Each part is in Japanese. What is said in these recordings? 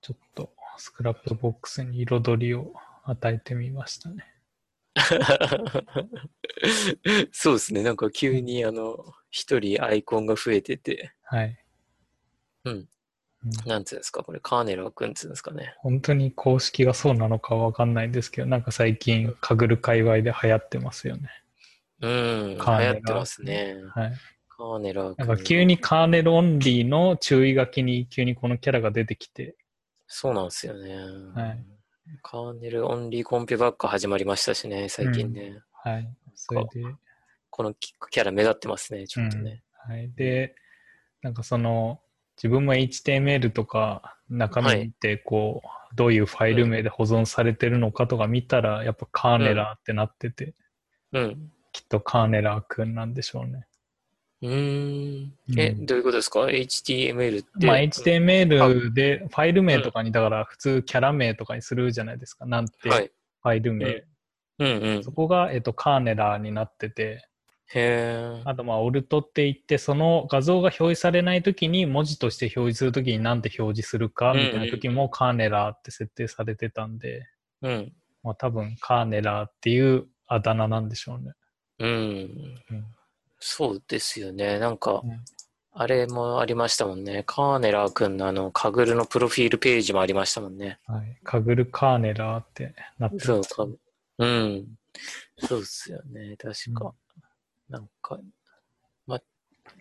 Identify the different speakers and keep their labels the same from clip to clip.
Speaker 1: ちょっとスクラップボックスに彩りを与えてみましたね。
Speaker 2: そうですね。なんか急にあの、一人アイコンが増えてて、
Speaker 1: はい。
Speaker 2: うん。
Speaker 1: うん
Speaker 2: なんつうんですか、これカーネラーくんつうんですかね。
Speaker 1: 本当に公式がそうなのかわかんないんですけど、なんか最近、かぐる界隈で流行ってますよね。
Speaker 2: うん。流
Speaker 1: カーネ
Speaker 2: 行
Speaker 1: ラー
Speaker 2: ってますね。
Speaker 1: はい。
Speaker 2: カーネラーく。
Speaker 1: なんんか急。にカーネルオンリーの注意書きに急にこのキャラが出てきて、
Speaker 2: そうなんですよね。
Speaker 1: はい
Speaker 2: カーネルオンリーコンペばっか始まりましたしね、最近ね。
Speaker 1: はい。それで、
Speaker 2: このキキャラ目立ってますね、ちょっとね。
Speaker 1: はい。で、なんかその、自分も HTML とか中身見て、こう、どういうファイル名で保存されてるのかとか見たら、やっぱカーネラーってなってて、
Speaker 2: うん。
Speaker 1: きっとカーネラーくんなんでしょうね。
Speaker 2: うーん。え、
Speaker 1: うん
Speaker 2: どういうことですか ?HTML って。
Speaker 1: まあ、HTML でファイル名とかに、だから普通キャラ名とかにするじゃないですか。なんて
Speaker 2: は
Speaker 1: フ
Speaker 2: い。
Speaker 1: ァイル名。
Speaker 2: うんうんうん。
Speaker 1: そこが、えっと、カーネラーになってて、
Speaker 2: へえ。
Speaker 1: あと、まあ、オルトって言って、その画像が表示されないときに、文字として表示するときに何て表示するか、
Speaker 2: うんうん
Speaker 1: みたいなときもカーネラーって設定されてたんで、
Speaker 2: うん。
Speaker 1: まあ、多分カーネラーっていうあだ名なんでしょうね。
Speaker 2: うん
Speaker 1: うん。
Speaker 2: そうですよね。なんか
Speaker 1: うん、
Speaker 2: あれもありましたもんね。カーネラーくんのあの、カグルのプロフィールページもありましたもんね。
Speaker 1: はい。かぐるカーネラーってなって
Speaker 2: そう
Speaker 1: ます。
Speaker 2: か。うん。そうっすよね。確か。なんか、ま、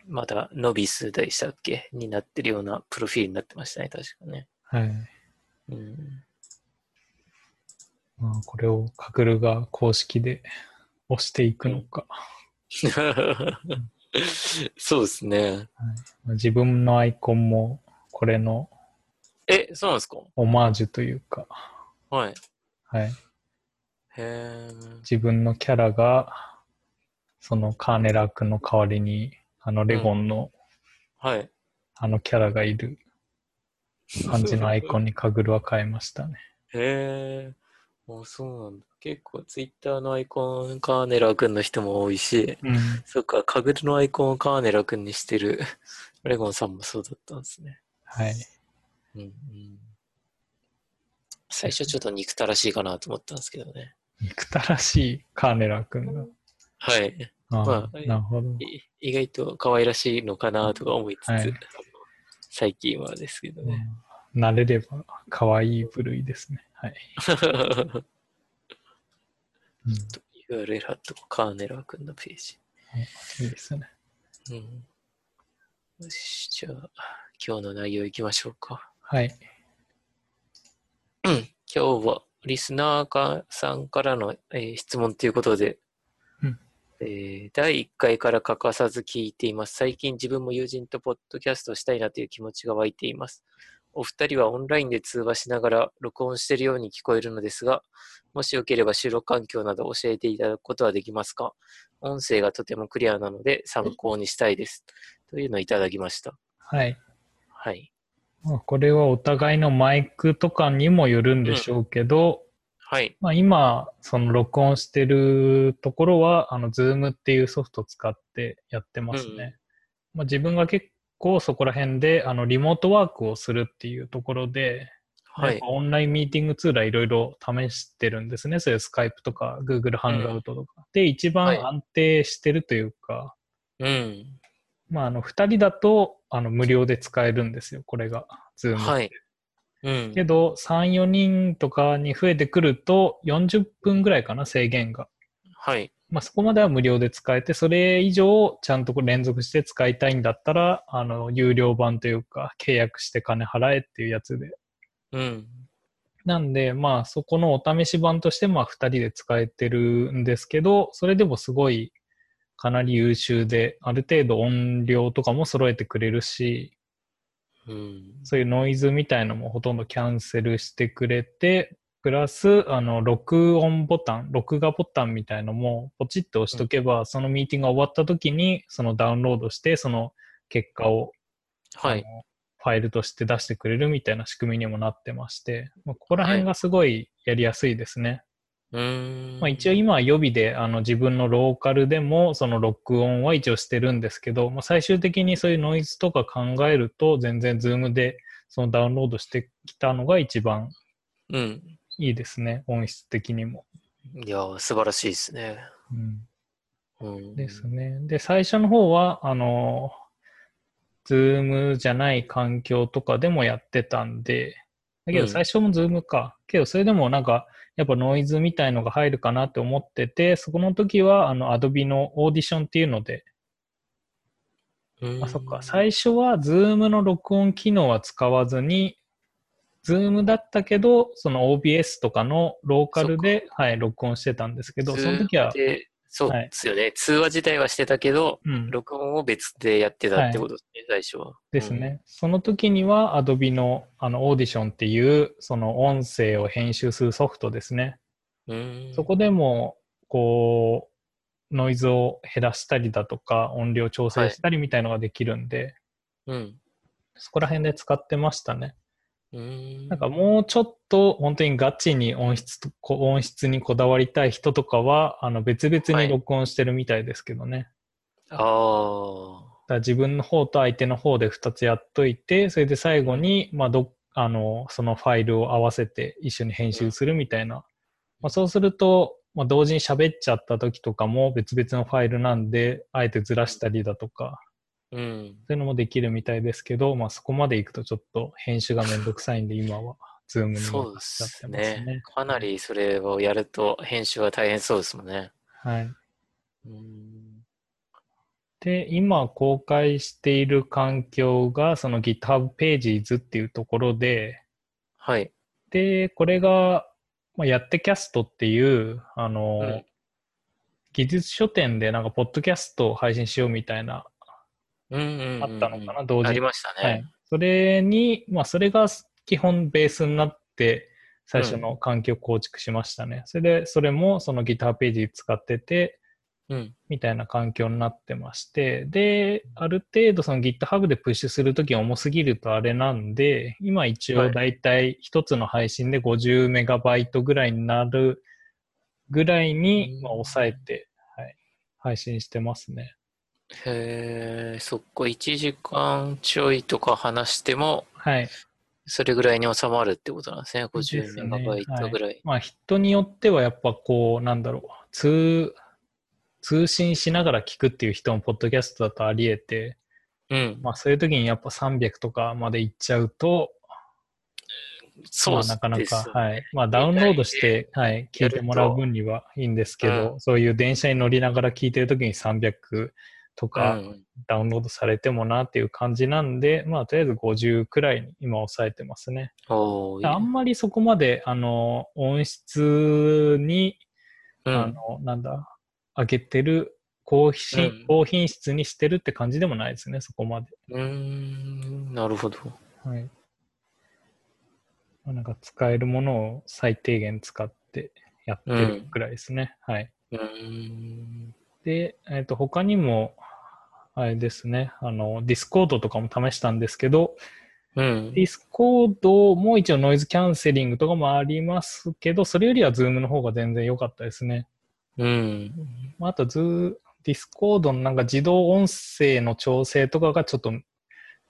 Speaker 2: まだノビスでしたっけになってるようなプロフィールになってましたね。確かね。
Speaker 1: はい。
Speaker 2: うん。
Speaker 1: まあ、これをかぐるが公式で押していくのか。
Speaker 2: そうですね。
Speaker 1: まあ自分のアイコンもこれの
Speaker 2: え、そうなんですか
Speaker 1: オマージュというか、
Speaker 2: はい。
Speaker 1: はい、
Speaker 2: へ
Speaker 1: 自分のキャラがそのカーネラー君の代わりにあのレゴンの、
Speaker 2: ーはい。
Speaker 1: あのキャラがいる感じのアイコンにかぐるは変えましたね。
Speaker 2: へえ。もうそうなんだ。結構ツイッターのアイコン、カーネラーくんの人も多いし、
Speaker 1: うん、
Speaker 2: そっか、カグルのアイコンをカーネラーくんにしてる レゴンさんもそうだったんですね。
Speaker 1: はい。
Speaker 2: うんうん、最初ちょっと憎たらしいかなと思ったんですけどね。
Speaker 1: 憎たらしいカーネラー君が。
Speaker 2: はい。
Speaker 1: ああ
Speaker 2: まあ
Speaker 1: なるほど。
Speaker 2: い意外と可愛らしいのかなとか思いつつ、
Speaker 1: はい
Speaker 2: 最近はですけどね。
Speaker 1: うん慣れれば可愛い部類ですね。はい。うん
Speaker 2: URL 貼っとこうカーネラーくんのページ。
Speaker 1: いいですね。
Speaker 2: うんよし、じゃあ、今日の内容いきましょうか。
Speaker 1: はい。
Speaker 2: 今日はリスナーかさんからの、えー質問ということで、
Speaker 1: うん
Speaker 2: えー第1回から欠かさず聞いています。最近自分も友人とポッドキャストをしたいなという気持ちが湧いています。お二人はオンラインで通話しながら録音しているように聞こえるのですが、もしよければ収録環境など教えていただくことはできますか音声がとてもクリアなので参考にしたいです。というのをいただきました。
Speaker 1: はい。
Speaker 2: はい。
Speaker 1: まあ、これはお互いのマイクとかにもよるんでしょうけど、
Speaker 2: はい。
Speaker 1: まあ、今、その録音してるところは、あの、Zoom っていうソフト使ってやってます
Speaker 2: うんうん
Speaker 1: ね。まあ、自分が結構そこら辺で、あの、リモートワークをするっていうところで、
Speaker 2: は
Speaker 1: やっ
Speaker 2: い
Speaker 1: ぱ。オンラインミーティングツールはいろいろ試してるんですね。そういう Skype とか Google ハンドアウトとか。で、一
Speaker 2: はい
Speaker 1: 番安定してるというか、
Speaker 2: うん。
Speaker 1: まあ、あの、二人だと、あの、無料で使えるんですよ、これが、Zoom って。
Speaker 2: はい。うん。
Speaker 1: けど、3、4人とかに増えてくると、40分ぐらいかな、制限が。
Speaker 2: はい。
Speaker 1: まあ、そこまでは無料で使えて、それ以上、ちゃんとこう連続して使いたいんだったら、あの、有料版というか、契約して金払えっていうやつで。
Speaker 2: うん。
Speaker 1: なんで、まあ、そこのお試し版として、まあ、二人で使えてるんですけど、それでもすごい、かなり優秀で、ある程度音量とかも揃えてくれるし、
Speaker 2: うん。
Speaker 1: そういうノイズみたいのもほとんどキャンセルしてくれて、プラス、あの、録音ボタン、録画ボタンみたいのもポチッと押しとけば、そのミーティングが終わった時に、そのダウンロードして、その結果を
Speaker 2: は
Speaker 1: あ
Speaker 2: い。
Speaker 1: のファイルとして出してくれるみたいな仕組みにもなってまして、まあ、ここら辺がすごいやりやすいですね。
Speaker 2: うーん。
Speaker 1: まあ、一応今は予備であの自分のローカルでもその録音は一応してるんですけど、まあ、最終的にそういうノイズとか考えると全然 Zoom でそのダウンロードしてきたのが一番
Speaker 2: うん。
Speaker 1: いいですね、音質的にも。
Speaker 2: いやー、素晴らしいですね。
Speaker 1: うん、
Speaker 2: うん、
Speaker 1: ですね。で、最初の方は、あの、ズームじゃない環境とかでもやってたんで、だけ
Speaker 2: う
Speaker 1: ど
Speaker 2: ん
Speaker 1: 最初もズームか。けど、それでもなんか、やっぱノイズみたいのが入るかなって思ってて、そこの時は、あの、アドビのオーディションっていうので、
Speaker 2: うん
Speaker 1: あ、そっか。最初は Zoom の録音機能は使わずに、Zoom だったけど、その OBS とかのローカルで、はい、録音してたんですけど、その時は
Speaker 2: 通話、でそう
Speaker 1: はい
Speaker 2: ですよね、通話自体はしてたけど、
Speaker 1: うん、
Speaker 2: 録音を別でやってたってことですね、最初は。
Speaker 1: ですね。その時には Adobe のあの Audition っていう、その音声を編集するソフトですね。
Speaker 2: うん。うん。
Speaker 1: そこでも、こう、ノイズを減らしたりだとか、音量調整したりみたいのができるんで、
Speaker 2: うん。
Speaker 1: そこら辺で使ってましたね。
Speaker 2: うん。
Speaker 1: なんかもうちょっと本当にガチに音質とこ音質にこだわりたい人とかはあの別々
Speaker 2: は
Speaker 1: に
Speaker 2: い
Speaker 1: 録音してるみたいですけどね。
Speaker 2: あ
Speaker 1: だ
Speaker 2: あ。
Speaker 1: から自分の方と相手の方で2つやっといて、それで最後に、まあ、どあのそのファイルを合わせて一緒に編集するみたいな。まあ、そうすると、まあ、同時に喋っちゃった時とかも別々のファイルなんで、あえてずらしたりだとか、
Speaker 2: うん。
Speaker 1: そういうのもできるみたいですけど、まあ、そこまで行くとちょっと編集がめんどくさいんで、今は、ズームに
Speaker 2: そ
Speaker 1: 任
Speaker 2: うで
Speaker 1: せちゃ
Speaker 2: す
Speaker 1: ってますね
Speaker 2: ね。。かなりそれをやると編集は大変そうですもんね。
Speaker 1: はい。
Speaker 2: うん。
Speaker 1: で、今公開している環境が、その GitHub Pages っていうところで、
Speaker 2: はい。
Speaker 1: で、これが、まあ、やってキャストっていう、あの、
Speaker 2: うん
Speaker 1: 技術書店でなんか、ポッドキャストを配信しようみたいな、
Speaker 2: うんうんうんうん
Speaker 1: あったのかな同時に
Speaker 2: ありました
Speaker 1: は
Speaker 2: ね
Speaker 1: い。それに、まあ、それが基本ベースになって、最初の環境構築しましたね。それで、それもその GitHub Pages 使ってて、
Speaker 2: うん。
Speaker 1: みたいな環境になってまして、で、ある程度その GitHub でプッシュするとき重すぎるとあれなんで、今一
Speaker 2: は
Speaker 1: 応
Speaker 2: い
Speaker 1: だいたい一つの配信で50メガバイトぐらいになるぐらいに
Speaker 2: う、ん
Speaker 1: まあ、抑えて、はい、配信してますね。
Speaker 2: へえ、そっか、1時間ちょいとか話しても、
Speaker 1: はい。
Speaker 2: それぐらいに収まるってことなんですね。
Speaker 1: ですね
Speaker 2: 50メガバイトぐらい。
Speaker 1: まあ人によってはやっぱこう、なんだろう、通、通信しながら聞くっていう人もポッドキャストだとあり得て、
Speaker 2: うん。
Speaker 1: まあそういう時にやっぱ300とかまで行っちゃうと、
Speaker 2: そうで
Speaker 1: まあ、
Speaker 2: す
Speaker 1: なかな
Speaker 2: です
Speaker 1: か、
Speaker 2: よね
Speaker 1: はい。まあ、ダウンロードして、はい、聞いてもらう分にはいいんですけど、
Speaker 2: う
Speaker 1: そういう電車に乗りながら聞いてるときに300と
Speaker 2: う
Speaker 1: か
Speaker 2: ん
Speaker 1: ダウンロードされてもなっていう感じなんで、まあ、とりあえず50くらいに今抑えてますね。
Speaker 2: おー
Speaker 1: あんまりそこまで、あの、音質に、
Speaker 2: うん
Speaker 1: あの、なんだ、上げてる、高品,、
Speaker 2: うん
Speaker 1: 高品質にしてるって感じでもないですね、そこまで。
Speaker 2: うーん、なるほど。
Speaker 1: はい。まあなんか使えるものを最低限使ってやってるくらいですね。はい。
Speaker 2: うーん。
Speaker 1: で、えっ、と、他にも、あれですね、あの、ディスコードとかも試したんですけど、
Speaker 2: うん
Speaker 1: デ。ィスコードも一応ノイズキャンセリングとかもありますけど、それよりはズームの方が全然良かったですね。
Speaker 2: うん。
Speaker 1: まあ、あとズー、ディスコードのなんか自動音声の調整とかがちょっと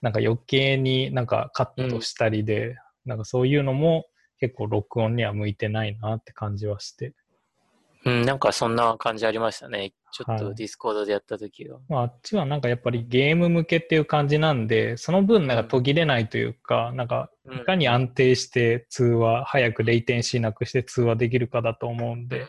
Speaker 1: なんか余計になんかカットしたりで、なんかそういうのも結構録音には向いてないなって感じはして、
Speaker 2: うん、なんかそんな感じありましたね。ちょっ
Speaker 1: は
Speaker 2: と
Speaker 1: い
Speaker 2: ディスコードでやった時は。
Speaker 1: まあ、あっちはなんかやっぱりゲーム向けっていう感じなんで、その分なんか途切れないというか、なんか
Speaker 2: うん
Speaker 1: いかに安定して通話、早くレイテンシーなくして通話できるかだと思うんで、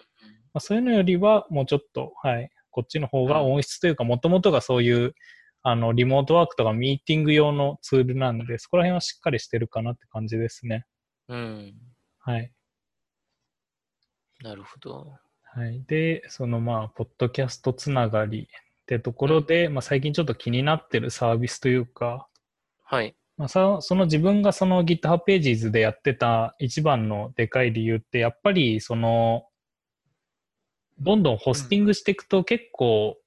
Speaker 1: まあ、そういうのよりはもうちょっと、はい、こっちの方が音質というか、もともとがそういうあのリモートワークとかミーティング用のツールなんで、そこら辺はしっかりしてるかなって感じですね。
Speaker 2: うん。
Speaker 1: はい。
Speaker 2: なるほど。
Speaker 1: はい、で、そのまあ、ポッドキャストつながりってところで、まあ、最近ちょっと気になってるサービスというか、
Speaker 2: はい。
Speaker 1: まあ、さその自分がその GitHub Pages でやってた一番のでかい理由って、やっぱりその、どんどんホスティングしていくと結構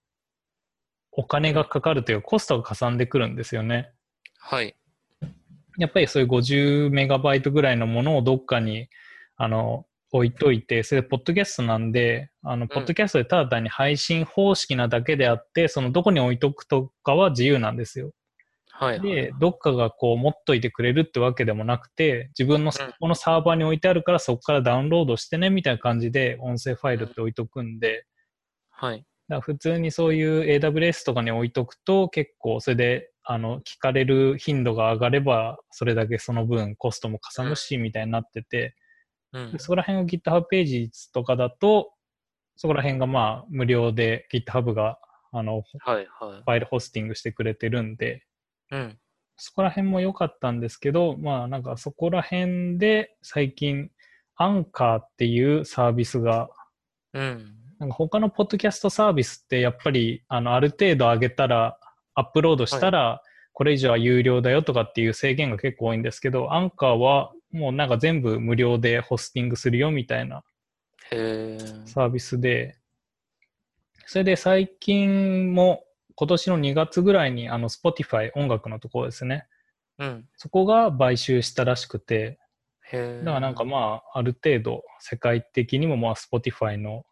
Speaker 1: お金がかかるというかコストがかさんでくるんですよね。
Speaker 2: はい。
Speaker 1: やっぱりそういう50メガバイトぐらいのものをどっかにあの置いといて、それでポッドキャストなんで、あのポッドキャストでただ単に配信方式なだけであって、そのどこに置いとくとかは自由なんですよ。
Speaker 2: はいはい。
Speaker 1: で、どっかがこう持っといてくれるってわけでもなくて、自分のそこのサーバーに置いてあるからそこからダウンロードしてねみたいな感じで音声ファイルって置いとくんで、
Speaker 2: はい。
Speaker 1: だから普通にそういう AWS とかに置いとくと結構それであの聞かれる頻度が上がればそれだけその分コストもかさむしみたいになってて、
Speaker 2: うん
Speaker 1: で。そこら辺を GitHub ページとかだとそこら辺がまあ無料で GitHub があのフ
Speaker 2: はいは
Speaker 1: ァイルホスティングしてくれてるんで、
Speaker 2: い。うん。
Speaker 1: そこら辺も良かったんですけど、まあなんかそこら辺で最近、アンカーっていうサービスが、
Speaker 2: うん。
Speaker 1: なんか他のポッドキャストサービスってやっぱりあのある程度上げたら、アップロードしたら、これ以上は有料だよとかっていう制限が結構多いんですけど、アンカーはもうなんか全部無料でホスティングするよみたいな
Speaker 2: へえ。
Speaker 1: サービスで、それで最近も今年の2月ぐらいにあの Spotify 音楽のところですね。
Speaker 2: うん。
Speaker 1: そこが買収したらしくて、
Speaker 2: へえ。
Speaker 1: だからなんかまあ、ある程度、世界的にもまあ、Spotify の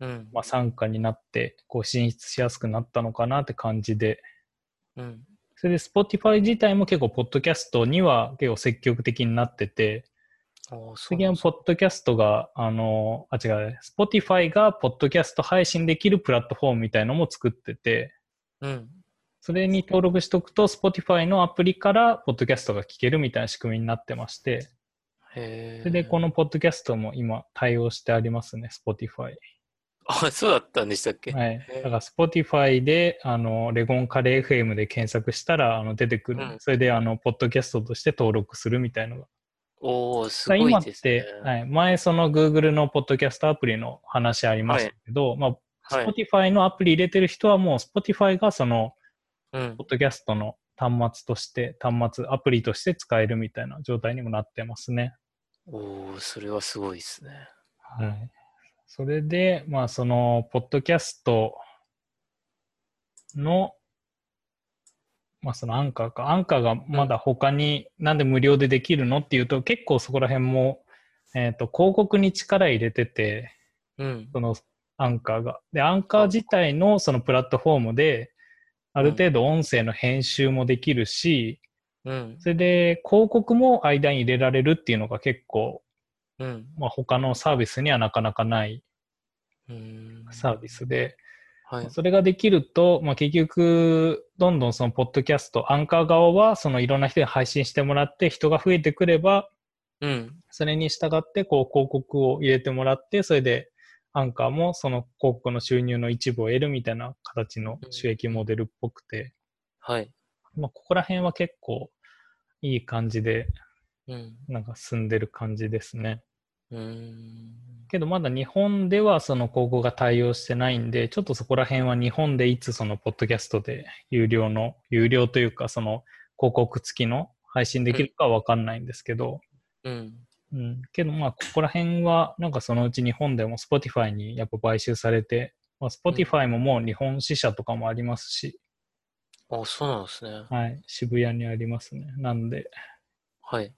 Speaker 2: うん。
Speaker 1: まあ参加になって、こう、進出しやすくなったのかなって感じで、
Speaker 2: うん。
Speaker 1: それで Spotify 自体も結構、ポッドキャストには結構積極的になってて、
Speaker 2: ああ、そう
Speaker 1: 最近は
Speaker 2: なんです
Speaker 1: ポッドキャストが、あの、あ、違う、Spotify がポッドキャスト配信できるプラットフォームみたいのも作ってて、
Speaker 2: うん。
Speaker 1: それに登録しとくと、Spotify のアプリから、ポッドキャストが聞けるみたいな仕組みになってまして、
Speaker 2: へえ。
Speaker 1: それで、このポッドキャストも今対応してありますね、Spotify。
Speaker 2: あ、そうだったんでしたっけ
Speaker 1: はい。だ
Speaker 2: え
Speaker 1: から Spotify で、あの、レゴンカレー FM で検索したら、あの、出てくる。
Speaker 2: うん
Speaker 1: それで、あの、ポッドキャストとして登録するみたいのが。
Speaker 2: おおす
Speaker 1: だから
Speaker 2: ご
Speaker 1: 今
Speaker 2: い
Speaker 1: っ
Speaker 2: ですね
Speaker 1: て。、はい。前、その Google のポッドキャストアプリの話ありましたけど、まあ、
Speaker 2: はい。
Speaker 1: Spotify のアプリ入れてる人はもう Spotify がその、
Speaker 2: うん
Speaker 1: ポッ。ドキャストの端末として、端末、アプリとして使えるみたいな状態にもなってますね。
Speaker 2: おおそれはすごいですね。
Speaker 1: はい。それで、まあ、その、ポッドキャストの、まあ、そのアンカーか。アンカーがまだ他に、なんで無料でできるのっていうと、結構そこら辺も、えっ、と、広告に力入れてて、
Speaker 2: うん。
Speaker 1: そのアンカーが。で、アンカー自体のそのプラットフォームで、ある程度音声の編集もできるし、
Speaker 2: うん。
Speaker 1: それで広告も間に入れられるっていうのが結構、
Speaker 2: うん。
Speaker 1: まあ、他のサービスにはなかなかないう
Speaker 2: ーん。
Speaker 1: サービスで、
Speaker 2: はい。
Speaker 1: それができると、まあ、結局、どんどんそのポッドキャスト、アンカー側は、そのいろんな人に配信してもらって、人が増えてくれば、
Speaker 2: うん。
Speaker 1: それに従って、こう、広告を入れてもらって、それで、アンカーもその広告の収入の一部を得るみたいな形の収益モデルっぽくて、
Speaker 2: はい。
Speaker 1: まあ、ここら辺は結構いい感じで、
Speaker 2: うん。
Speaker 1: なんか進んでる感じですね。
Speaker 2: うーん。
Speaker 1: けどまだ日本ではその広告が対応してないんで、ちょっとそこら辺は日本でいつそのポッドキャストで有料の、有料というかその広告付きの配信できるかはわかんないんですけど、
Speaker 2: うん。
Speaker 1: うん、けどまあここら辺はなんかそのうち日本でも Spotify にやっぱ買収されて、まあ、Spotify ももう日本支社とかもありますし、
Speaker 2: あ、そうなんですね。
Speaker 1: はい、渋谷にありますね。なんで、
Speaker 2: はい。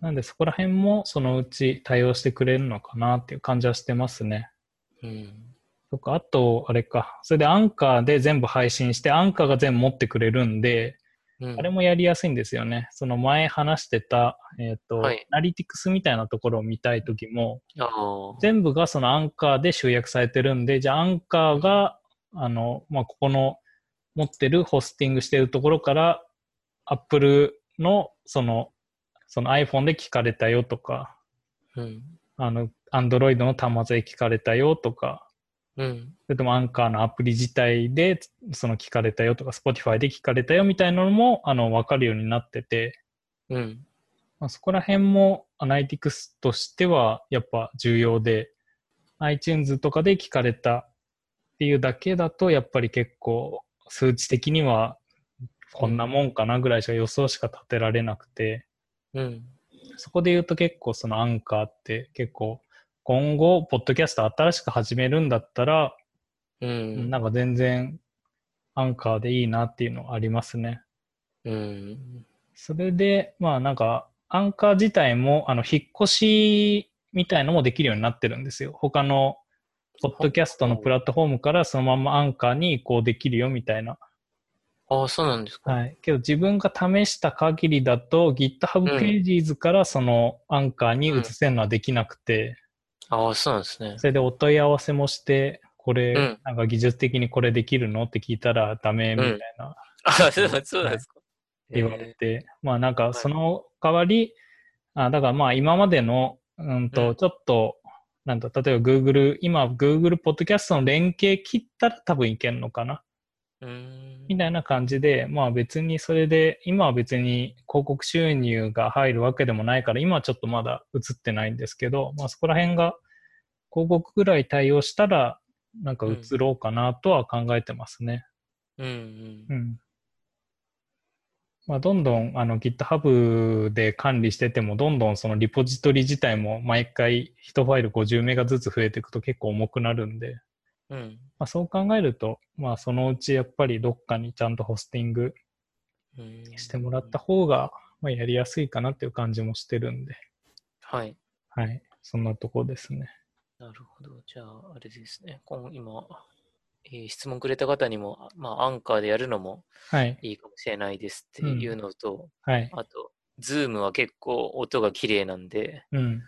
Speaker 1: なんでそこら辺もそのうち対応してくれるのかなっていう感じはしてますね。
Speaker 2: うん。
Speaker 1: そっか、あと、あれか。それでアンカーで全部配信して、アンカーが全部持ってくれるんで、
Speaker 2: うん。
Speaker 1: あれもやりやすいんですよね。その前話してた、えっ、と、
Speaker 2: はい
Speaker 1: アナリティクスみたいなところを見たいときも、
Speaker 2: ああ。
Speaker 1: 全部がそのアンカーで集約されてるんで、じゃあアンカーが、あの、まあ、ここの持ってるホスティングしてるところから、Apple の、その、その iPhone で聞かれたよとか、
Speaker 2: うん。
Speaker 1: あの、Android の端末で聞かれたよとか、
Speaker 2: うん。
Speaker 1: それともアンカーのアプリ自体でその聞かれたよとか、Spotify で聞かれたよみたいなのもあの分かるようになってて、
Speaker 2: うん。
Speaker 1: まあ、そこら辺もアナリティクスとしてはやっぱ重要で、iTunes とかで聞かれたっていうだけだと、やっぱり結構数値的にはこんなもんかなぐらいしか予想しか立てられなくて、
Speaker 2: うん。
Speaker 1: そこで言うと結構そのアンカーって結構今後、ポッドキャスト新しく始めるんだったら、
Speaker 2: うん。
Speaker 1: なんか全然アンカーでいいなっていうのありますね。
Speaker 2: うん。
Speaker 1: それで、まあなんかアンカー自体もあの引っ越しみたいのもできるようになってるんですよ。他のポッドキャストのプラットフォームからそのままアンカーに移行できるよみたいな。
Speaker 2: ああ、そうなんですか。
Speaker 1: はい。けど自分が試した限りだと GitHub
Speaker 2: うん
Speaker 1: Pages からそのアンカーに移せるのはできなくて、
Speaker 2: ああ、そうなんですね。
Speaker 1: それでお問い合わせもして、これ、
Speaker 2: うん
Speaker 1: なんか技術的にこれできるのって聞いたらダメみたいな
Speaker 2: あ あ、そうそうなんですか。
Speaker 1: 言われ
Speaker 2: え
Speaker 1: て、まあなんか
Speaker 2: い
Speaker 1: その代わり、あだからまあ今までの、うん
Speaker 2: う
Speaker 1: と、
Speaker 2: ん
Speaker 1: ちょっと、なんだ、例えば Google、今 Google ポッドキャストの連携切ったら多分いけるのかな
Speaker 2: ーうーん
Speaker 1: みたいな感じで、まあ別にそれで、今は別に広告収入が入るわけでもないから、今はちょっとまだ映ってないんですけど、まあそこら辺が広告ぐらい対応したら、なんか映ろうかなとは考えてますね。
Speaker 2: うんうん
Speaker 1: う。ん。まあどんどんあの GitHub で管理してても、どんどんそのリポジトリ自体も毎回1ファイル50メガずつ増えていくと結構重くなるんで、
Speaker 2: うん。
Speaker 1: まあそう考えると、まあそのうちやっぱりどっかにちゃんとホスティング
Speaker 2: うん
Speaker 1: してもらった。方が、まあ、やりやすいかなっていう感じもしてるんで、
Speaker 2: はい。
Speaker 1: はい、そんなとこですね。
Speaker 2: なるほど。じゃあ、あれですね。今今、えー質問くれた方にも、まあ、アンカーでやるのも
Speaker 1: はい、
Speaker 2: いいかもしれないですっていうのと、
Speaker 1: はい、
Speaker 2: あと、ズームは結構音が綺麗なんで、
Speaker 1: うん、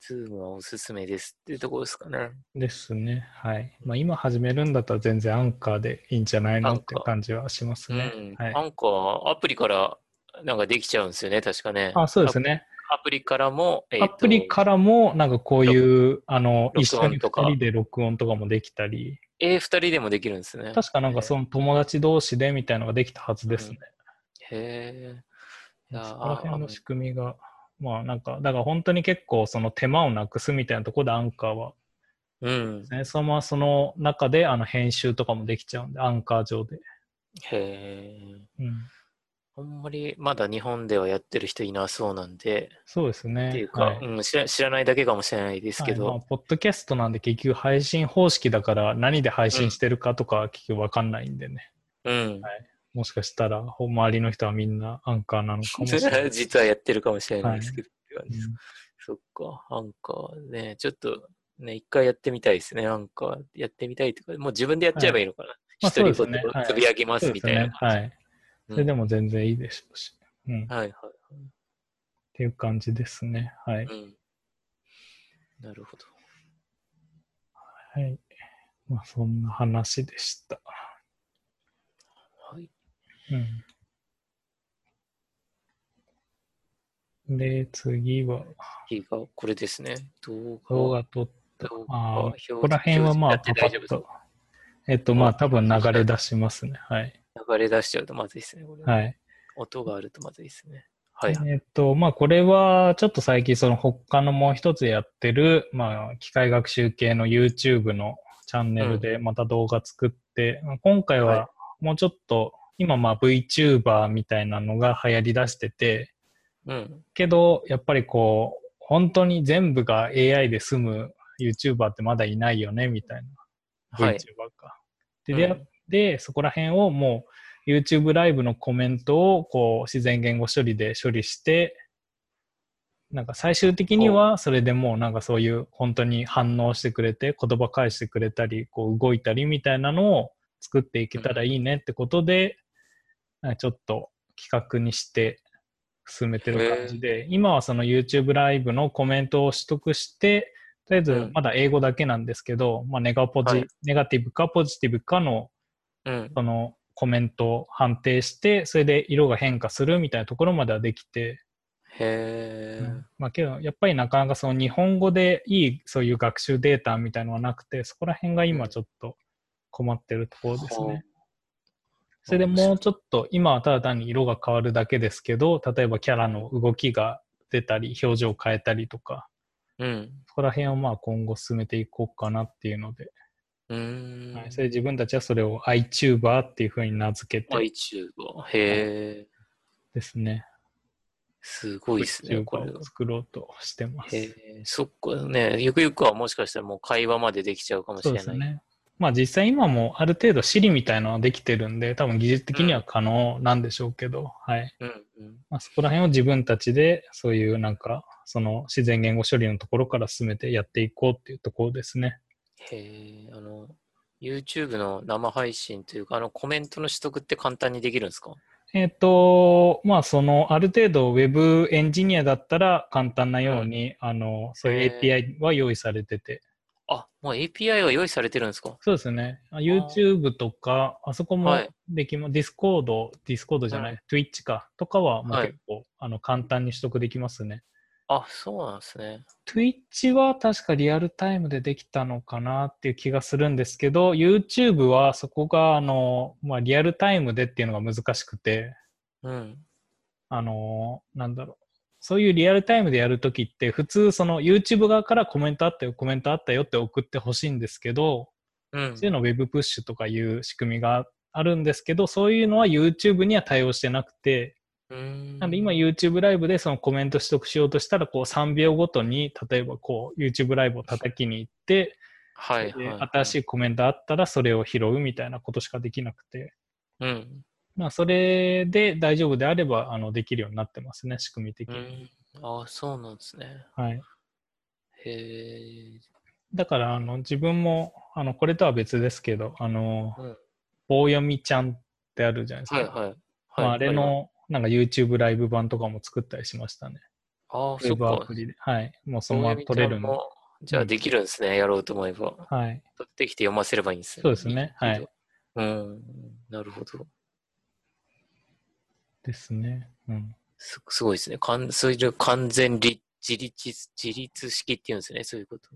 Speaker 2: ズームはおすすめですっていうところですかね。
Speaker 1: ですね。はい。まあ、今始めるんだったら全然アンカーでいいんじゃないの
Speaker 2: アン
Speaker 1: っ
Speaker 2: カー
Speaker 1: て感じはしますね。
Speaker 2: うん。
Speaker 1: はい
Speaker 2: ア。ンカー、アプリからなんかできちゃうんですよね、確かね。
Speaker 1: あ、そうですね。
Speaker 2: アプリからも、えーと
Speaker 1: アプリからも、なんかこういう、あの、
Speaker 2: 録
Speaker 1: 一緒に
Speaker 2: 録音とか
Speaker 1: 2人で録音とかもできたり、
Speaker 2: えー、二人でもできるんですね。
Speaker 1: 確かなんかその友達同士でみたいのができたはずですね。
Speaker 2: へえ。いや
Speaker 1: そ
Speaker 2: ー
Speaker 1: こら辺の仕組みが、まあなんか、だから本当に結構その手間をなくすみたいなところでアンカーは
Speaker 2: うん。
Speaker 1: ね、そのままその中であの編集とかもできちゃうんで、アンカー上で。
Speaker 2: へえ。
Speaker 1: うん、
Speaker 2: あんまりまだ日本ではやってる人いなそうなんで、
Speaker 1: そうですね。
Speaker 2: っていうか、
Speaker 1: はい
Speaker 2: うん知ら、知らないだけかもしれないですけど、
Speaker 1: はいまあポッドキャストなんで結局配信方式だから何で配信してるかとかは結局わかんないんでね、
Speaker 2: うん。。
Speaker 1: もしかしたらほ周りの人はみんなアンカーなのかもしれない
Speaker 2: 実はやってるかもしれないですけど、って感
Speaker 1: う
Speaker 2: じです
Speaker 1: ん
Speaker 2: そっか、アンカーね、ちょっとね、一回やってみたいですね、アンカー。やってみたいとか、もう自分でやっちゃえばいいのかな。
Speaker 1: まあ
Speaker 2: 一人
Speaker 1: そうですねはい
Speaker 2: つぶやきま
Speaker 1: そ
Speaker 2: す
Speaker 1: うで
Speaker 2: み
Speaker 1: す
Speaker 2: たいな
Speaker 1: ね。
Speaker 2: 感
Speaker 1: はい。
Speaker 2: うん
Speaker 1: それでも全然いいでしょうし。うん。っ
Speaker 2: じ。はい、は。
Speaker 1: ていう感じですね。はいい。
Speaker 2: うん。なるほど。
Speaker 1: はい。まあそんな話でした。
Speaker 2: はい。
Speaker 1: うん。で、次は、
Speaker 2: 次がこれですね。動画。
Speaker 1: 動画撮った。
Speaker 2: 動画
Speaker 1: ああ、
Speaker 2: 表示
Speaker 1: ここら辺はまあ、
Speaker 2: 表
Speaker 1: パパ
Speaker 2: 示やって大丈
Speaker 1: ッ
Speaker 2: 夫ですか
Speaker 1: と。えっと、まあ、多分流れ出しますね。はい。
Speaker 2: 流れ出しちゃうとまずいですね。これ
Speaker 1: はい。
Speaker 2: 音があるとまずいですね。はい。
Speaker 1: えっと、まあ、これは、ちょっと最近、その他のもう一つやってる、まあ、機械学習系の YouTube のチャンネルでまた動画作って、今回は
Speaker 2: は
Speaker 1: もうちょっと、今、まあ、VTuber みたいなのが流行り出してて、
Speaker 2: うん。
Speaker 1: けど、やっぱりこう、本当に全部が AI で済む YouTuber ってまだいないよね、みたいな。
Speaker 2: はい
Speaker 1: VTuber か。で、出会って、そこら辺をもう YouTube ライブのコメントをこう自然言語処理で処理して、なんか最終的にはそれでもうなんかそういう本当に反応してくれて、言葉返してくれたり、こう動いたりみたいなのを作っていけたらいいねってことで、なんかちょっと企画にして進めてる感じで、今はその YouTube ライブのコメントを取得して、とりあえ
Speaker 2: う
Speaker 1: ず
Speaker 2: ん
Speaker 1: まだ英語だけなんですけど、まあネガポジ、
Speaker 2: はい
Speaker 1: ネガティブかポジティブかの
Speaker 2: うん。
Speaker 1: そのコメントを判定して、それで色が変化するみたいなところまではできて、
Speaker 2: へー
Speaker 1: まあけどやっぱりなかなかその日本語でいいそういう学習データみたいのはなくて、そこら辺が今ちょっと困ってるところです
Speaker 2: ほう
Speaker 1: ね。それでもうちょっと、今はただ単に色が変わるだけですけど、例えばキャラの動きが出たり、表情を変えたりとか、
Speaker 2: うん。
Speaker 1: そこら辺をまあ今後進めていこうかなっていうので、
Speaker 2: うーん。
Speaker 1: はい、それで自分たちはそれを iTuber っていうふうに名付けて
Speaker 2: iTuber。へえ。
Speaker 1: ですね、
Speaker 2: すごいですね、これ
Speaker 1: VTuber を作ろうとしてます。
Speaker 2: へえ。そっかね。ゆくゆくはもしかしたらもう会話までできちゃうかもし
Speaker 1: そう
Speaker 2: れ
Speaker 1: で
Speaker 2: ない。
Speaker 1: すね。まあ実際今もある程度 Siri みたいなのはできてるんで、多分技術的には可能なんでしょうけど、はい。
Speaker 2: うんうん。
Speaker 1: まあ、そこら辺を自分たちで、そういうなんか、その自然言語処理のところから進めてやっていこうっていうところですね。
Speaker 2: へえ。あの、 YouTube の生配信というか、あの、コメントの取得って簡単にできるんですか
Speaker 1: えっ、と、まあ、その、ある程度、ウェブエンジニアだったら、簡単なように、あの、そういう
Speaker 2: へ
Speaker 1: API は用意されてて。
Speaker 2: あ、もう API は用意されてるんですか
Speaker 1: そうですね。あ YouTube とか、あそこも
Speaker 2: はい
Speaker 1: できま、Discord、Discord じゃない、Twitch か、とかは、もう
Speaker 2: はい
Speaker 1: 結構、あの、簡単に取得できますね。
Speaker 2: あ、そうなんですね。
Speaker 1: Twitch は確かリアルタイムでできたのかなっていう気がするんですけど、YouTube はそこが、あの、まあ、リアルタイムでっていうのが難しくて、
Speaker 2: うん。
Speaker 1: あのーなんだろう。そういうリアルタイムでやるときって、普通、その YouTube 側からコメントあったよ、コメントあったよって送ってほしいんですけど、
Speaker 2: うん
Speaker 1: そうい。うのを Web プッシュとかいう仕組みがあるんですけど、そういうのは YouTube には対応してなくて、
Speaker 2: うん
Speaker 1: なんで今 YouTube ライブでそのコメント取得しようとしたら、こう3秒ごとに、例えばこう YouTube ライブを叩きに行って、
Speaker 2: はい、
Speaker 1: で
Speaker 2: はい。
Speaker 1: 新しいコメントあったらそれを拾うみたいなことしかできなくて、
Speaker 2: うん。
Speaker 1: まあそれで大丈夫であれば、あの、できるようになってますね、仕組み的
Speaker 2: う
Speaker 1: に。
Speaker 2: ん。あ、そうなんですね。
Speaker 1: はい。
Speaker 2: へえ。
Speaker 1: だからあの自分もあのこれとは別ですけど、あの
Speaker 2: うん
Speaker 1: 棒読みちゃんってあるじゃないですか。
Speaker 2: は
Speaker 1: ま
Speaker 2: い、はい。
Speaker 1: あ、
Speaker 2: はい
Speaker 1: あれ。のなんか YouTube ライブ版とかも作ったりしましたね。
Speaker 2: あ
Speaker 1: ウ
Speaker 2: ー、そ
Speaker 1: ェ
Speaker 2: っ
Speaker 1: ブア
Speaker 2: か
Speaker 1: プ。リで。はい。もうそ
Speaker 2: そう
Speaker 1: のまま
Speaker 2: いう
Speaker 1: 取れる
Speaker 2: 見た
Speaker 1: の。
Speaker 2: もじゃあできるんですね、やろうと思えば。
Speaker 1: はい。
Speaker 2: 取ってきて読ませればいいんですね。
Speaker 1: そうですねはい
Speaker 2: いいと。うん、なるほど。
Speaker 1: ですね。うん。
Speaker 2: すすごいですね。かんそういう完全立自立自立式っていうんですね、そういうこと。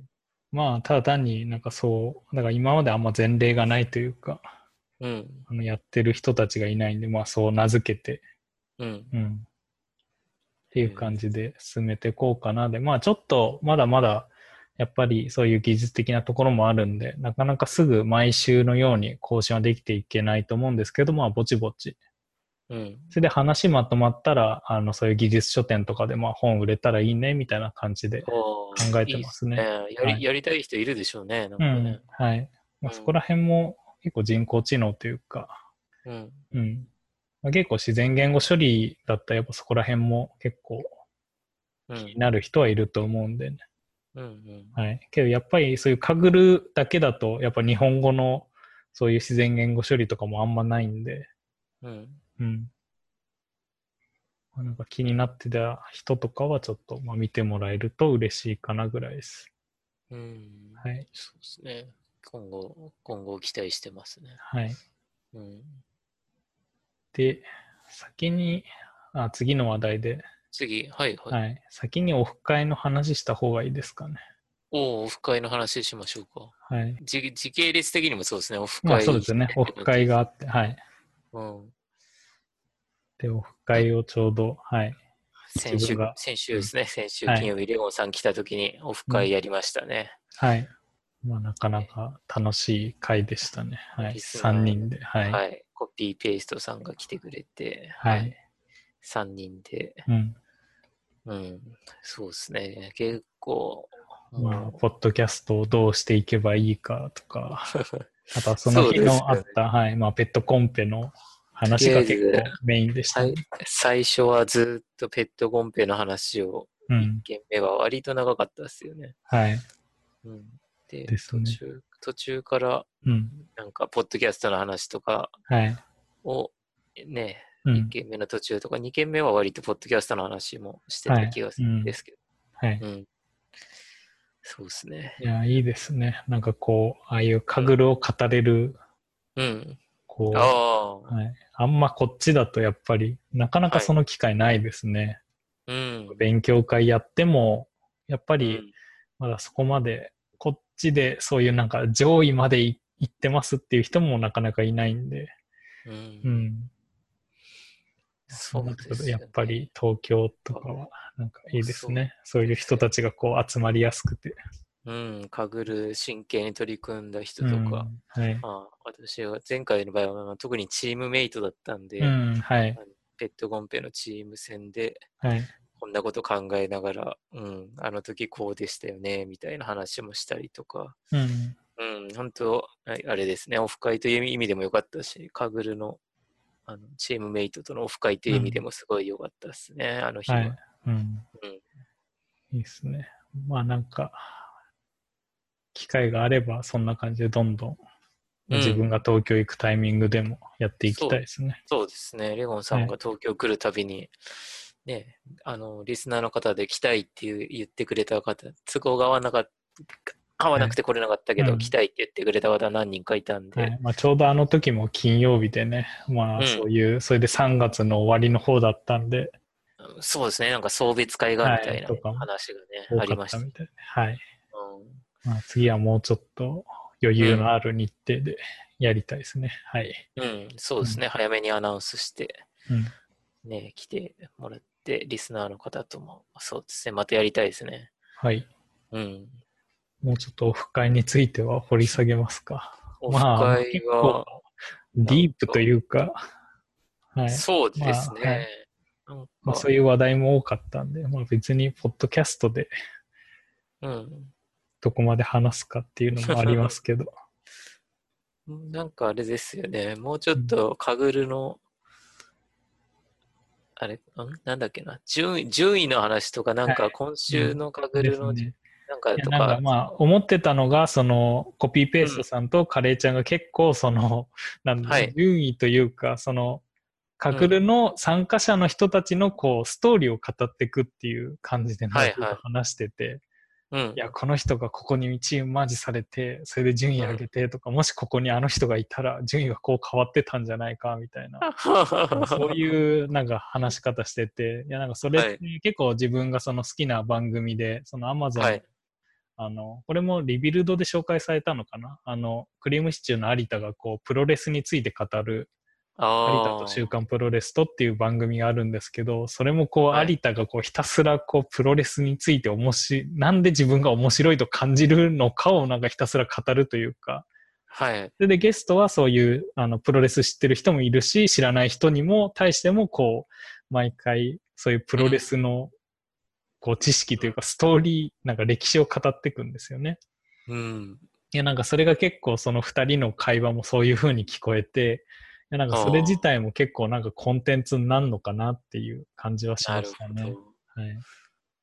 Speaker 1: まあ、ただ単になんかそう、だから今まであんま前例がないというか、
Speaker 2: うん、
Speaker 1: あのやってる人たちがいないんで、まあそう名付けて、
Speaker 2: うん、
Speaker 1: うん。っていう感じで進めていこうかなで、まあちょっとまだまだやっぱりそういう技術的なところもあるんで、なかなかすぐ毎週のように更新はできていけないと思うんですけど、まあぼちぼち。
Speaker 2: うん。
Speaker 1: それで話まとまったら、あのそういう技術書店とかでまあ本売れたらいいねみたいな感じで。
Speaker 2: 考
Speaker 1: えてますね
Speaker 2: やり
Speaker 1: はい
Speaker 2: やりたい人いるでしょうね、なん
Speaker 1: う
Speaker 2: か
Speaker 1: ん
Speaker 2: ね。。
Speaker 1: はい。まあ、
Speaker 2: うん
Speaker 1: そこら辺も結構人工知能というか、
Speaker 2: うん、
Speaker 1: うん。まあ、結構自然言語処理だったらやっぱそこら辺も結構
Speaker 2: うん、
Speaker 1: 気になる人はいると思うんでね。
Speaker 2: うん、うん。
Speaker 1: はい。けどやっぱりそういうかぐるだけだと、やっぱ日本語のそういう自然言語処理とかもあんまないんで、
Speaker 2: うん
Speaker 1: うん。まあなんか気になってた人とかはちょっと、まあ、見てもらえると嬉しいかなぐらいです。
Speaker 2: うん、
Speaker 1: はい。
Speaker 2: そうですね。今後、今後期待してますね。
Speaker 1: はい。
Speaker 2: うん、
Speaker 1: で、先に、あ、次の話題で、
Speaker 2: 次、はい、はい。
Speaker 1: はい。先にオフ会の話した方がいいですかね。
Speaker 2: おーオフ会の話しましょうか。
Speaker 1: はい。
Speaker 2: 時時系列的にもそうですね、オフ会。
Speaker 1: まあそうですね。オフ会があって、はい。
Speaker 2: うん。
Speaker 1: で、オフ会をちょうど、はい。
Speaker 2: 先
Speaker 1: 自
Speaker 2: 週
Speaker 1: 分が、
Speaker 2: 先週ですね、先週
Speaker 1: はい
Speaker 2: 金曜日、レオンさん来た時にオフ会やりましたね。
Speaker 1: はい。まあ、なかなか楽しい回でしたね。はい。
Speaker 2: リスナー
Speaker 1: 3人で。はい。
Speaker 2: はい、コピーペーストさんが来てくれて、
Speaker 1: はい。
Speaker 2: 3人で、
Speaker 1: うん。
Speaker 2: うん、そうですね、結構、
Speaker 1: まあ、
Speaker 2: も
Speaker 1: ポッドキャストをどうしていけばいいかと か、あとはその日のあ
Speaker 2: そう
Speaker 1: っ
Speaker 2: です
Speaker 1: た、はい。まあ、ペットコンペの話が結
Speaker 2: とり
Speaker 1: 構
Speaker 2: あえ
Speaker 1: メインでし
Speaker 2: う
Speaker 1: た
Speaker 2: さ
Speaker 1: ね。
Speaker 2: い最初はずっとペットコンペの話を、
Speaker 1: うん。
Speaker 2: 件目は割と長かったですよね。
Speaker 1: はい。
Speaker 2: うん、で
Speaker 1: ですね
Speaker 2: 途中、途中から、
Speaker 1: うん。
Speaker 2: なんか、ポッドキャストの話とか
Speaker 1: はい。
Speaker 2: を、ね、
Speaker 1: う
Speaker 2: 1
Speaker 1: ん。
Speaker 2: 件目の途中とか、2件目は割とポッドキャストの話もしてた気がするんですけど、
Speaker 1: はい。
Speaker 2: うんそうですね。
Speaker 1: いや、いいですね。なんかこう、ああいうかぐるを語れる、
Speaker 2: うん。
Speaker 1: こう、
Speaker 2: ああ、
Speaker 1: はい。あんまこっちだとやっぱり、なかなかその機会ないですね。
Speaker 2: うん。
Speaker 1: 勉強会やっても、やっぱ
Speaker 2: う
Speaker 1: り、
Speaker 2: ん
Speaker 1: まだそこまで、こっちでそういうなんか上位までい行ってますっていう人もなかなかいないんで、
Speaker 2: う。
Speaker 1: うんん。
Speaker 2: そう
Speaker 1: な
Speaker 2: で
Speaker 1: る
Speaker 2: すよ
Speaker 1: と
Speaker 2: ね
Speaker 1: やっぱり東京とかはなんかいいですね。そういう人たちがこう集まりやすくて。
Speaker 2: うん。かぐる真剣に取り組んだ人とか、
Speaker 1: うん、はい。
Speaker 2: ああ私は前回の場合は特にチームメイトだったんで、
Speaker 1: うん、はい。
Speaker 2: ペットコンペのチーム戦で、
Speaker 1: はい。
Speaker 2: こんなこと考えながら、うん、あの時こうでしたよね、みたいな話もしたりとか、
Speaker 1: うん。
Speaker 2: うん、本当、ああれですね、オフ会という意味でも良かったし、カグルのあのチームメイトとのオフ会という意味でもすごい良かったですね、あの日は。
Speaker 1: はい。うん
Speaker 2: うん。
Speaker 1: いいですね。まあなんか、機会があればそんな感じでどんどん
Speaker 2: うん
Speaker 1: 自分が東京行くタイミングでもやっていきたいですね。
Speaker 2: そうですね。レゴンさん
Speaker 1: は
Speaker 2: が東京来るたびに、ね、あの、リスナーの方で来たいっていう言ってくれた方、都合が合わなかった。合わなくて来れなかったけど、
Speaker 1: うん
Speaker 2: 来たいって言ってくれた方何人かいたんで、
Speaker 1: はいまあ、ちょうどあの時も金曜日でね、まあ
Speaker 2: うん
Speaker 1: そういう、それで3月の終わりの方だったんで、
Speaker 2: そうですね、なんか送別会がみたい
Speaker 1: はい
Speaker 2: な
Speaker 1: とか
Speaker 2: 話がね、
Speaker 1: 多
Speaker 2: あり
Speaker 1: か
Speaker 2: ま
Speaker 1: っ
Speaker 2: した
Speaker 1: た
Speaker 2: ね。
Speaker 1: みたいで、はい。
Speaker 2: うん
Speaker 1: まあ、次はもうちょっと余裕のある日程でやりたいですね。はい。
Speaker 2: うん、そうですね、早めにアナウンスして、
Speaker 1: うん
Speaker 2: ね、来てもらって、リスナーの方とも、そうですね、またやりたいですね。
Speaker 1: はい。
Speaker 2: うん。
Speaker 1: もうちょっとオフ会については掘り下げますか。
Speaker 2: オフ
Speaker 1: まあ
Speaker 2: 会
Speaker 1: 結
Speaker 2: は
Speaker 1: 構、ディープというか、はい。
Speaker 2: そうです
Speaker 1: まあは
Speaker 2: ね。なんか
Speaker 1: まあ、そういう話題も多かったんで、まあ、別にポッドキャストで
Speaker 2: うん。
Speaker 1: どこまで話すかっていうのもあります けど。
Speaker 2: なんかあれですよね。もうちょっとカグルの、あれ、んなんだっけな。順位、順位の話とか、なん
Speaker 1: は
Speaker 2: か今週のカグ
Speaker 1: で
Speaker 2: ル
Speaker 1: す
Speaker 2: の、
Speaker 1: ね
Speaker 2: なんか
Speaker 1: いや
Speaker 2: と
Speaker 1: なん
Speaker 2: か
Speaker 1: か、まあ思ってたのがそのコピーペーストさんとカレーちゃんが結構その、 なんだ
Speaker 2: は
Speaker 1: ろ
Speaker 2: いう
Speaker 1: 順位というかそのカクルの参加者の人たちのこうストーリーを語っていくっていう感じで
Speaker 2: はい
Speaker 1: なんか
Speaker 2: はい
Speaker 1: 話してて、い
Speaker 2: うん。
Speaker 1: やこの人がここにチームマージされてそれで順位上げてとか、もしここにあの人がいたら順位がこう変わってたんじゃないかみた いなそういうなんか話し方してていやなんかそれって結構自分がその好きな番組でその Amazon
Speaker 2: はい。
Speaker 1: あの、これもリビルドで紹介されたのかなあの、クリームシチューの有田がこう、プロレスについて語る、有田
Speaker 2: あ
Speaker 1: と週
Speaker 2: ー
Speaker 1: 刊プロレスとっていう番組があるんですけど、それもこ
Speaker 2: は
Speaker 1: う、
Speaker 2: い
Speaker 1: 有田がこう、ひたすらこう、プロレスについて面白い、なんで自分が面白いと感じるのかをなんかひたすら語るというか、
Speaker 2: はい。
Speaker 1: それでゲストはそういう、あの、プロレス知ってる人もいるし、知らない人にも対してもこう、毎回、そういうプロレスの、こう知識というかストーリー、なんか歴史を語っていくんですよね。
Speaker 2: うん。
Speaker 1: いや、なんかそれが結構その二人の会話もそういう風に聞こえて、いやなんかそれ自体も結構なんかコンテンツになるのかなっていう感じはし
Speaker 2: な
Speaker 1: ま
Speaker 2: る
Speaker 1: した
Speaker 2: ほ
Speaker 1: ね。
Speaker 2: ど。
Speaker 1: はい。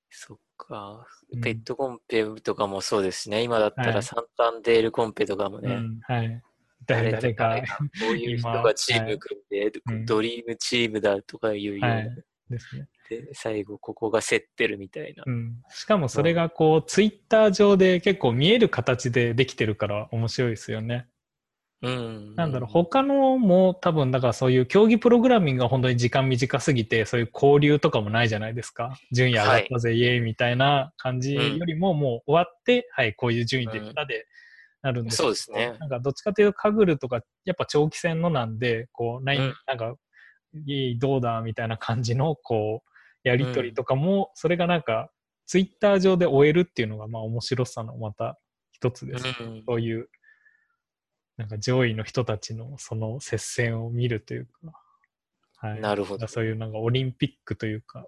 Speaker 2: そっか
Speaker 1: うん。
Speaker 2: ペットコンペとかもそうですしね。今だった
Speaker 1: は
Speaker 2: ら
Speaker 1: い
Speaker 2: サンタンデールコンペとかも
Speaker 1: う
Speaker 2: ね。
Speaker 1: ん、はい。誰
Speaker 2: 誰
Speaker 1: 々
Speaker 2: 々
Speaker 1: が
Speaker 2: が、こういう人
Speaker 1: 今
Speaker 2: がチーム組んで、
Speaker 1: うん
Speaker 2: ドリームチームだとかいうような、
Speaker 1: はいですね。
Speaker 2: で最後ここが競ってるみたいな。
Speaker 1: うん。しかもそれがこう、ツイッター上で結構見える形でできてるから面白いですよね。
Speaker 2: うん。
Speaker 1: なんだろう、他のも多分、だからそういう競技プログラミングが本当に時間短すぎて、そういう交流とかもないじゃないですか。順位上がったぜ、イエーイみたいな感じよりも、もう終わって、はい、こういう順位で
Speaker 2: うん
Speaker 1: きたで、なるんですけ
Speaker 2: そ
Speaker 1: ど
Speaker 2: うですね。
Speaker 1: なんかどっちかというと、カグルとか、やっぱ長期戦のなんで、こう、ない
Speaker 2: うん
Speaker 1: なんか、イエーイどうだみたいな感じの、こう、やりとりとかも、それがなんか、ツイッター上で終えるっていうのが、まあ面白さのまた一つですね。
Speaker 2: うん
Speaker 1: そういう、なんか上位の人たちのその接戦を見るというか、はい。
Speaker 2: なるほ
Speaker 1: だか
Speaker 2: ど
Speaker 1: ら。そういうなんかオリンピックというか、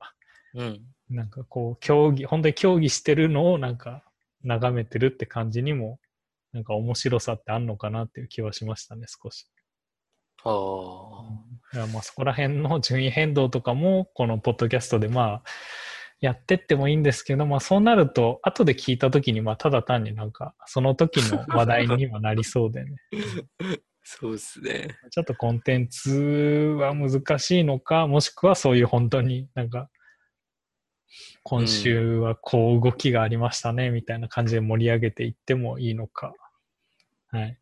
Speaker 2: うん。
Speaker 1: なんかこう、競技、本当に競技してるのをなんか眺めてるって感じにも、なんか面白さってあんのかなっていう気はしましたね、少し。
Speaker 2: あ
Speaker 1: いやまあそこら辺の順位変動とかも、このポッドキャストでまあ、やってってもいいんですけど、まあそうなると、後で聞いた時に、まあただ単になんか、その時の話題にはなりそうでね。
Speaker 2: あ。そうですね。
Speaker 1: ちょっとコンテンツは難しいのか、もしくはそういう本当になんか、今週はこう動きがありましたね、みたいな感じで盛り上げていってもいいのか。はい。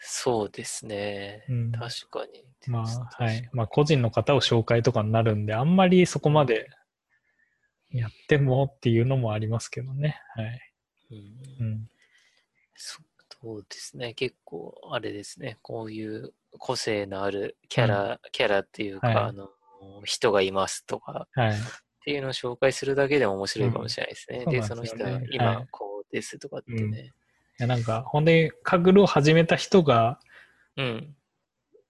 Speaker 2: そうですね。
Speaker 1: うん、
Speaker 2: 確かに。
Speaker 1: まあ、は
Speaker 2: 確
Speaker 1: い
Speaker 2: か。
Speaker 1: まあ、個人の方を紹介とかになるんで、あんまりそこまでやってもっていうのもありますけどね。はい。
Speaker 2: にうん
Speaker 1: うん。
Speaker 2: そそうですね。結構、あれですね。こういう個性のあるキャラ、キャラっていうか、
Speaker 1: はい
Speaker 2: あの、人がいますとか
Speaker 1: はい。
Speaker 2: っていうのを紹介するだけでも面白いかもしれないですね。
Speaker 1: うん
Speaker 2: で、
Speaker 1: そ
Speaker 2: そう
Speaker 1: なん
Speaker 2: の
Speaker 1: ですよ
Speaker 2: 人
Speaker 1: ね
Speaker 2: は
Speaker 1: は
Speaker 2: 今
Speaker 1: い
Speaker 2: こうですとかってね。
Speaker 1: いやなんか、ほんで、カグルを始めた人が、
Speaker 2: うん。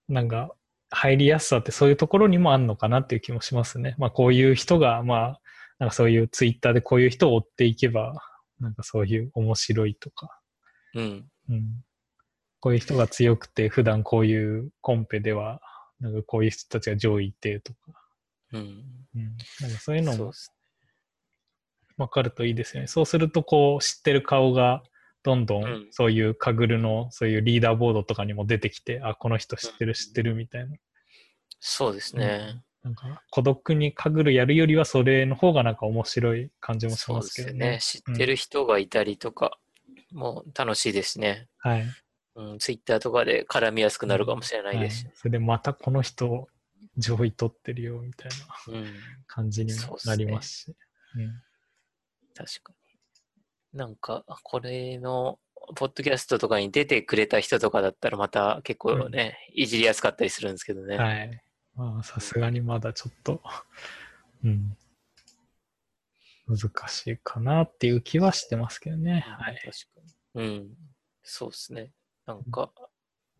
Speaker 1: なんか入りやすさってそういうところにもあるのかなっていう気もしますね。まあこういう人が、まあ、なんかそういうツイッターでこういう人を追っていけば、なんかそういう面白いとか、
Speaker 2: うん。
Speaker 1: うん。こういう人が強くて、普段こういうコンペでは、なんかこういう人たちが上位いてとか、
Speaker 2: うん。
Speaker 1: うん。なんかそういうの
Speaker 2: そう
Speaker 1: も
Speaker 2: っす
Speaker 1: 分かるといいですよね。そうするとこう知ってる顔がどんど
Speaker 2: うんん
Speaker 1: そういうカグルのそういうリーダーボードとかにも出てきて、あ、この人知ってる知ってるみたいな。
Speaker 2: そうですね。
Speaker 1: なんか孤独にカグルやるよりはそれの方がなんか面白い感じもし
Speaker 2: そう
Speaker 1: ま
Speaker 2: です
Speaker 1: け
Speaker 2: す
Speaker 1: ど
Speaker 2: よ
Speaker 1: ね
Speaker 2: ね。。知ってる人がいたりとか、もう楽しいですね。
Speaker 1: はい。
Speaker 2: うん、ツイッターとかで絡みやすくなるかもしれないですし
Speaker 1: は。それでまたこの人上位取ってるよみたいな
Speaker 2: うん、
Speaker 1: 感じに
Speaker 2: そう
Speaker 1: も
Speaker 2: っすね
Speaker 1: なりますし。
Speaker 2: 確かに。なんか、これの、ポッドキャストとかに出てくれた人とかだったらまた結構ね、いじりやすかったりするんですけど
Speaker 1: う
Speaker 2: ね。
Speaker 1: んはい。まあさすがにまだちょっと、うん。難しいかなっていう気はしてますけどね。はい。
Speaker 2: 確かに。うん。そうですね。なんか、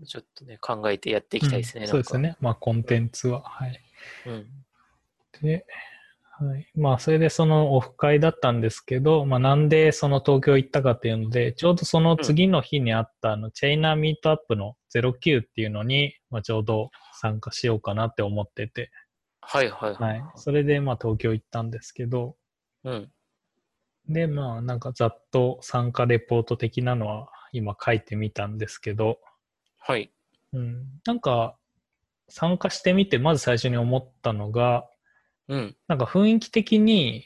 Speaker 2: ちょっとね、考えてやっていきたいですね。
Speaker 1: うん
Speaker 2: な
Speaker 1: そうんで
Speaker 2: か
Speaker 1: す。ね。まあコンテンツは。はい。
Speaker 2: うん。
Speaker 1: で、はい、まあそれでそのオフ会だったんですけど、まあ、なんでその東京行ったかっていうのでちょうどその次の日にあったあのチェイナーミートアップの09っていうのに、まあ、ちょうど参加しようかなって思ってて、
Speaker 2: はいはいは。
Speaker 1: はいい、それでまあ東京行ったんですけど
Speaker 2: うん。
Speaker 1: でまあなんかざっと参加レポート的なのは今書いてみたんですけど、
Speaker 2: はい。
Speaker 1: うん、なんか参加してみてまず最初に思ったのが
Speaker 2: うん。
Speaker 1: なんか雰囲気的に、い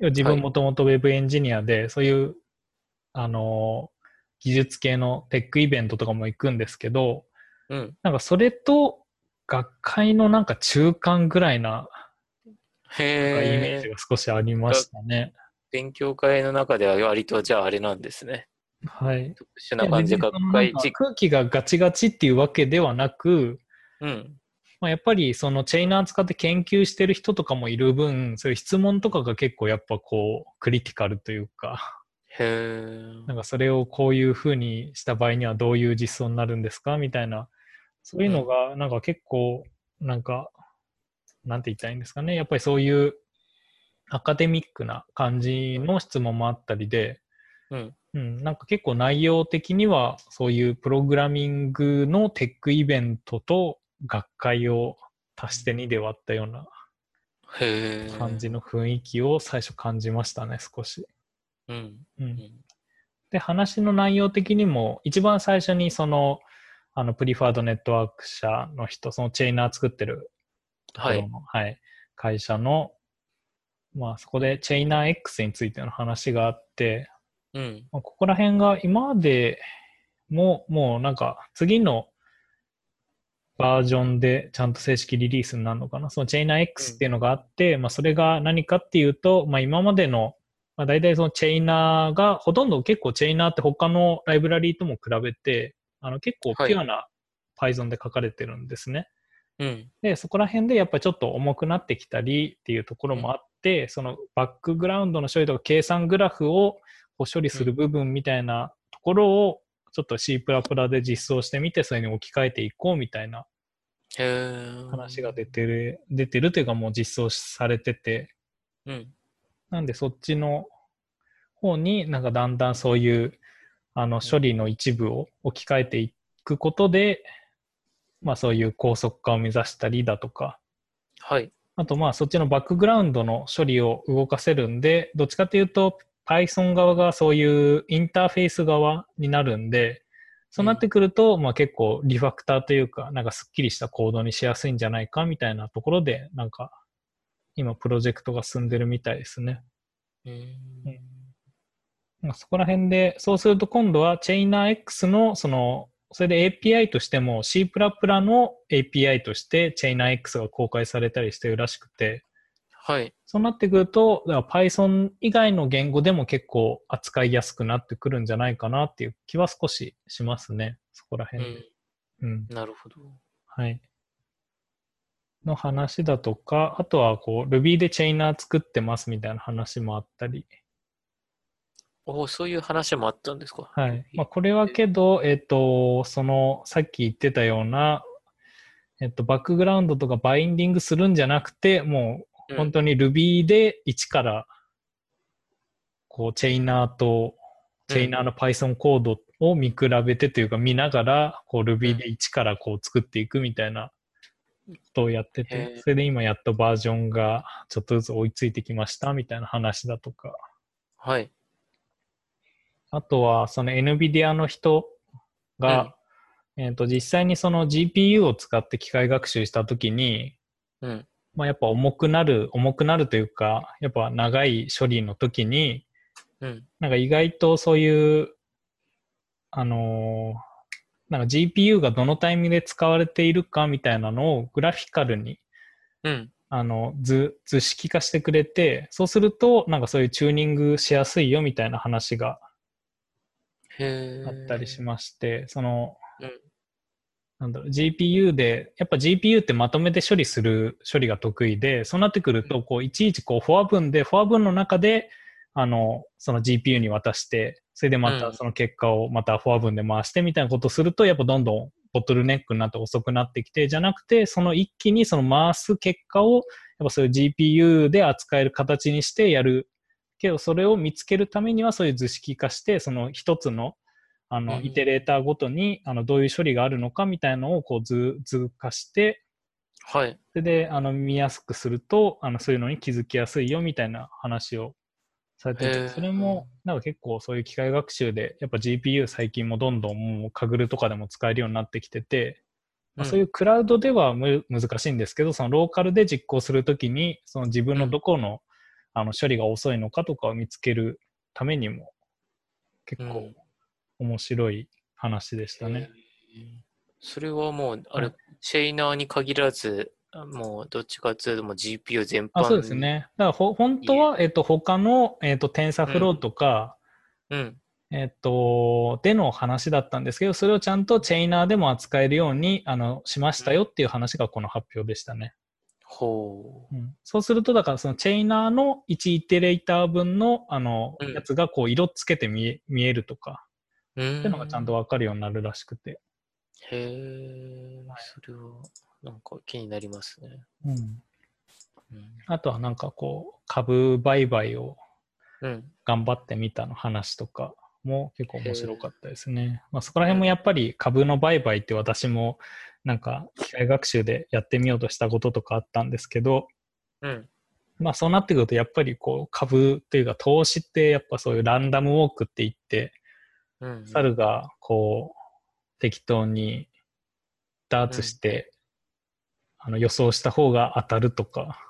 Speaker 1: や自
Speaker 2: は
Speaker 1: 分
Speaker 2: い
Speaker 1: もともとウェブエンジニアで、そういう、あのー、技術系のテックイベントとかも行くんですけど、
Speaker 2: うん。
Speaker 1: なんかそれと学会のなんか中間ぐらいななんかイメー
Speaker 2: へ
Speaker 1: ジ
Speaker 2: え。
Speaker 1: が少しありましたね。
Speaker 2: 勉強会の中では割とじゃああれなんですね。
Speaker 1: はい。
Speaker 2: 特殊な感じ
Speaker 1: いや
Speaker 2: 学
Speaker 1: 別にそのなん
Speaker 2: 会
Speaker 1: か
Speaker 2: 時
Speaker 1: 空気がガチガチっていうわけではなく、
Speaker 2: うん。
Speaker 1: まあ、やっぱりそのチェイナー使って研究してる人とかもいる分、そういう質問とかが結構やっぱこうクリティカルというか、
Speaker 2: へえ。
Speaker 1: なんかそれをこういうふうにした場合にはどういう実装になるんですかみたいな、そういうのがなんか結構、なんか、なんて言ったらいいんですかね。やっぱりそういうアカデミックな感じの質問もあったりで、
Speaker 2: うん。
Speaker 1: うん、なんか結構内容的にはそういうプログラミングのテックイベントと学会を足して2で割ったような
Speaker 2: へえ。
Speaker 1: 感じの雰囲気を最初感じましたね、少し。
Speaker 2: うん。
Speaker 1: うん
Speaker 2: うん。
Speaker 1: で、話の内容的にも、一番最初にその、あの、プリファードネットワーク社の人、そのチェイナー作ってるとこ
Speaker 2: は
Speaker 1: ろ
Speaker 2: い。
Speaker 1: の、はい会社の、まあそこでチェイナー X についての話があって、
Speaker 2: うん。
Speaker 1: まあここら辺が今までも、もうなんか次のバージョンでちゃんと正式リリースになるのかな。そのチェイナー X っていうのがあって、まあそれが何かっていうと、まあ今までの、まあ大体そのチェイナーが、ほとんど結構チェイナーって他のライブラリーとも比べて、あの結構ピュアな Python で書かれてるんですね。
Speaker 2: うん。
Speaker 1: で、そこら辺でやっぱちょっと重くなってきたりっていうところもあって、そのバックグラウンドの処理とか計算グラフをこう処理する部分みたいなところをちょっと C++ で実装してみて、それに置き換えていこうみたいな
Speaker 2: へえ。
Speaker 1: 話が出てる、出てるというかもう実装されてて、
Speaker 2: うん。
Speaker 1: なんでそっちの方になんかだんだんそういうあの処理の一部を置き換えていくことで、まあそういう高速化を目指したりだとか、
Speaker 2: はい。
Speaker 1: あとまあそっちのバックグラウンドの処理を動かせるんで、どっちかというと Python 側がそういうインターフェース側になるんで、そうなってくると、まあ結構リファクターというか、なんかスッキリしたコードにしやすいんじゃないかみたいなところで、なんか今プロジェクトが進んでるみたいですね。
Speaker 2: うん。
Speaker 1: まあそこら辺で、そうすると今度は ChainaX のその、それで API としても C++ の API として ChainaX が公開されたりしてるらしくて、
Speaker 2: はい。
Speaker 1: そうなってくると、だから Python 以外の言語でも結構扱いやすくなってくるんじゃないかなっていう気は少ししますね。そこら
Speaker 2: う
Speaker 1: 辺で。
Speaker 2: ん。
Speaker 1: うん。
Speaker 2: なるほど。
Speaker 1: はい。の話だとか、あとはこう Ruby でチェイナー作ってますみたいな話もあったり。
Speaker 2: おお、そういう話もあったんですか。
Speaker 1: はい。まあ、これはけど、えっ、と、その、さっき言ってたような、えっ、と、バックグラウンドとかバインディングするんじゃなくて、もう
Speaker 2: うん
Speaker 1: 本当に Ruby で1から、こう、チェイナーと、チェイナーの Python コードを見比べてというか見ながら、こう Ruby で1からこう作っていくみたいなことをやって
Speaker 2: へ
Speaker 1: て
Speaker 2: え、
Speaker 1: それで今やっとバージョンがちょっとずつ追いついてきましたみたいな話だとか、
Speaker 2: はい。
Speaker 1: ああとは、その NVIDIA の人が、えっ、と、実際にその GPU を使って機械学習したときに、
Speaker 2: うん。
Speaker 1: まあ、やっぱ重くなる、重くなるというか、やっぱ長い処理の時に、
Speaker 2: うん。
Speaker 1: なんか意外とそういう、あのーなんか GPU がどのタイミングで使われているかみたいなのをグラフィカルに、
Speaker 2: うん。
Speaker 1: あの、図、図式化してくれて、そうすると、なんかそういうチューニングしやすいよみたいな話が
Speaker 2: へ
Speaker 1: あったりし
Speaker 2: ま
Speaker 1: まして、その、
Speaker 2: うん
Speaker 1: なんだろう、GPU で、やっぱ GPU ってまとめて処理する処理が得意で、そうなってくる
Speaker 2: う
Speaker 1: と、こう、いちいちこう、フォア分で、フォア分の中で、あの、その GPU に渡して、それでま
Speaker 2: う
Speaker 1: た
Speaker 2: ん
Speaker 1: その結果をまたフォア分で回してみたいなことすると、やっぱどんどんボトルネックになって遅くなってきて、じゃなくて、その一気にその回す結果を、やっぱそういう GPU で扱える形にしてやるけどそれを見つけるためにはそういう図式化してその一つのあ
Speaker 2: う
Speaker 1: の
Speaker 2: ん
Speaker 1: イテレーターごとにあのどういう処理があるのかみたいのをこう図図化して
Speaker 2: す。はい。
Speaker 1: それであの見やすくするとあのそういうのに気づきやすいよみたいな話をされて
Speaker 2: へ
Speaker 1: て
Speaker 2: ー
Speaker 1: それもなんか結構そういう機械学習でやっぱ GPU 最近もどんどんもうカグルとかでも使えるようになってきてて、まあ、そういうクラウドではむ難しいんですけど、そのローカルで実行するときに、その自分のどこの,、あの処理が遅いのかとかを見つけるためにも、結
Speaker 2: う
Speaker 1: 構
Speaker 2: ん
Speaker 1: 面白い話でしたね。
Speaker 2: へーそれはもう、あれ、
Speaker 1: は
Speaker 2: シェイナーに限らず、もうどっちかというともう GPU 全般
Speaker 1: あそうですね。だからほ本当は、えっと他の、えっと TensorFlow とか、
Speaker 2: うん。
Speaker 1: えっとでの話だったんですけど、それをちゃんとチェイナーでも扱えるようにあのしましたよっていう話がこの発表でしたね。
Speaker 2: ほ
Speaker 1: うんそうすると、だからそのチェイナーの1イテレーター分のあの
Speaker 2: うん
Speaker 1: やつがこう色つけて見え見えるとか、
Speaker 2: う。うん。っ
Speaker 1: っていうのがちゃんと。分かるようになるらしくて。
Speaker 2: へえ、それは、なんか気になりますね。
Speaker 1: うん
Speaker 2: うん。
Speaker 1: あとはなんかこう、株売買を
Speaker 2: うん。
Speaker 1: 頑張ってみたの話とかも結構面白かったですね。まあ、そこら辺もやっぱり株の売買って私もなんか機械学習でやってみようとしたこととかあったんですけど、
Speaker 2: うん。
Speaker 1: まあそうなってくるとやっぱりこう株というか投資ってやっぱそういうランダムウォークって言って、
Speaker 2: うん。
Speaker 1: 猿がこう適当にダーツして、あの予想した方が当たるとか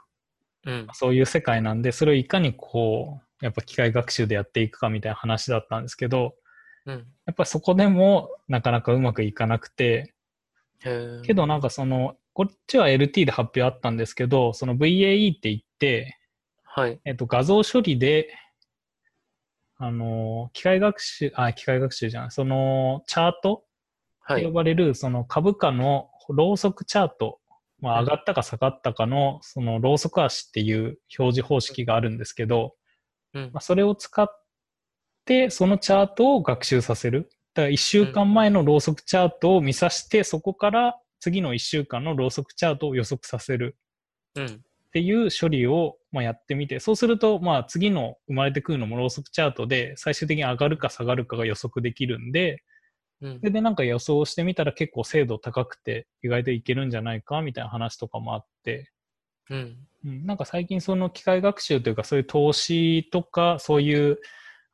Speaker 2: うん。
Speaker 1: そういう世界なんでそれをいかにこうやっぱ機械学習でやっていくかみたいな話だったんですけど
Speaker 2: うん。
Speaker 1: やっぱそこでもなかなかうまくいかなくて
Speaker 2: へえ。
Speaker 1: けどなんかそのこっちは LT で発表あったんですけどその VAE って言って、
Speaker 2: はい。
Speaker 1: えっと、画像処理であの機械学習あ機械学習じゃないそのチャート
Speaker 2: は
Speaker 1: 呼
Speaker 2: い。
Speaker 1: ばれるその株価のロウソクチャート、まあ、
Speaker 2: うん
Speaker 1: 上がったか下がったかのそのロウソク足っていう表示方式があるんですけど、
Speaker 2: うん
Speaker 1: まあ、。それを使ってそのチャートを学習させるだから1週間前のロウソクチャートを見さしてそこから次の1週間のロウソクチャートを予測させる
Speaker 2: うん。
Speaker 1: っていう処理をまあやってみてそうするとまあ次の生まれてくるのもロウソクチャートで最終的に上がるか下がるかが予測できるんで、
Speaker 2: うん
Speaker 1: そ。れでなんか予想してみたら結構精度高くて意外といけるんじゃないかみたいな話とかもあって、
Speaker 2: うん。
Speaker 1: うん、なんか最近その機械学習というかそういう投資とかそういう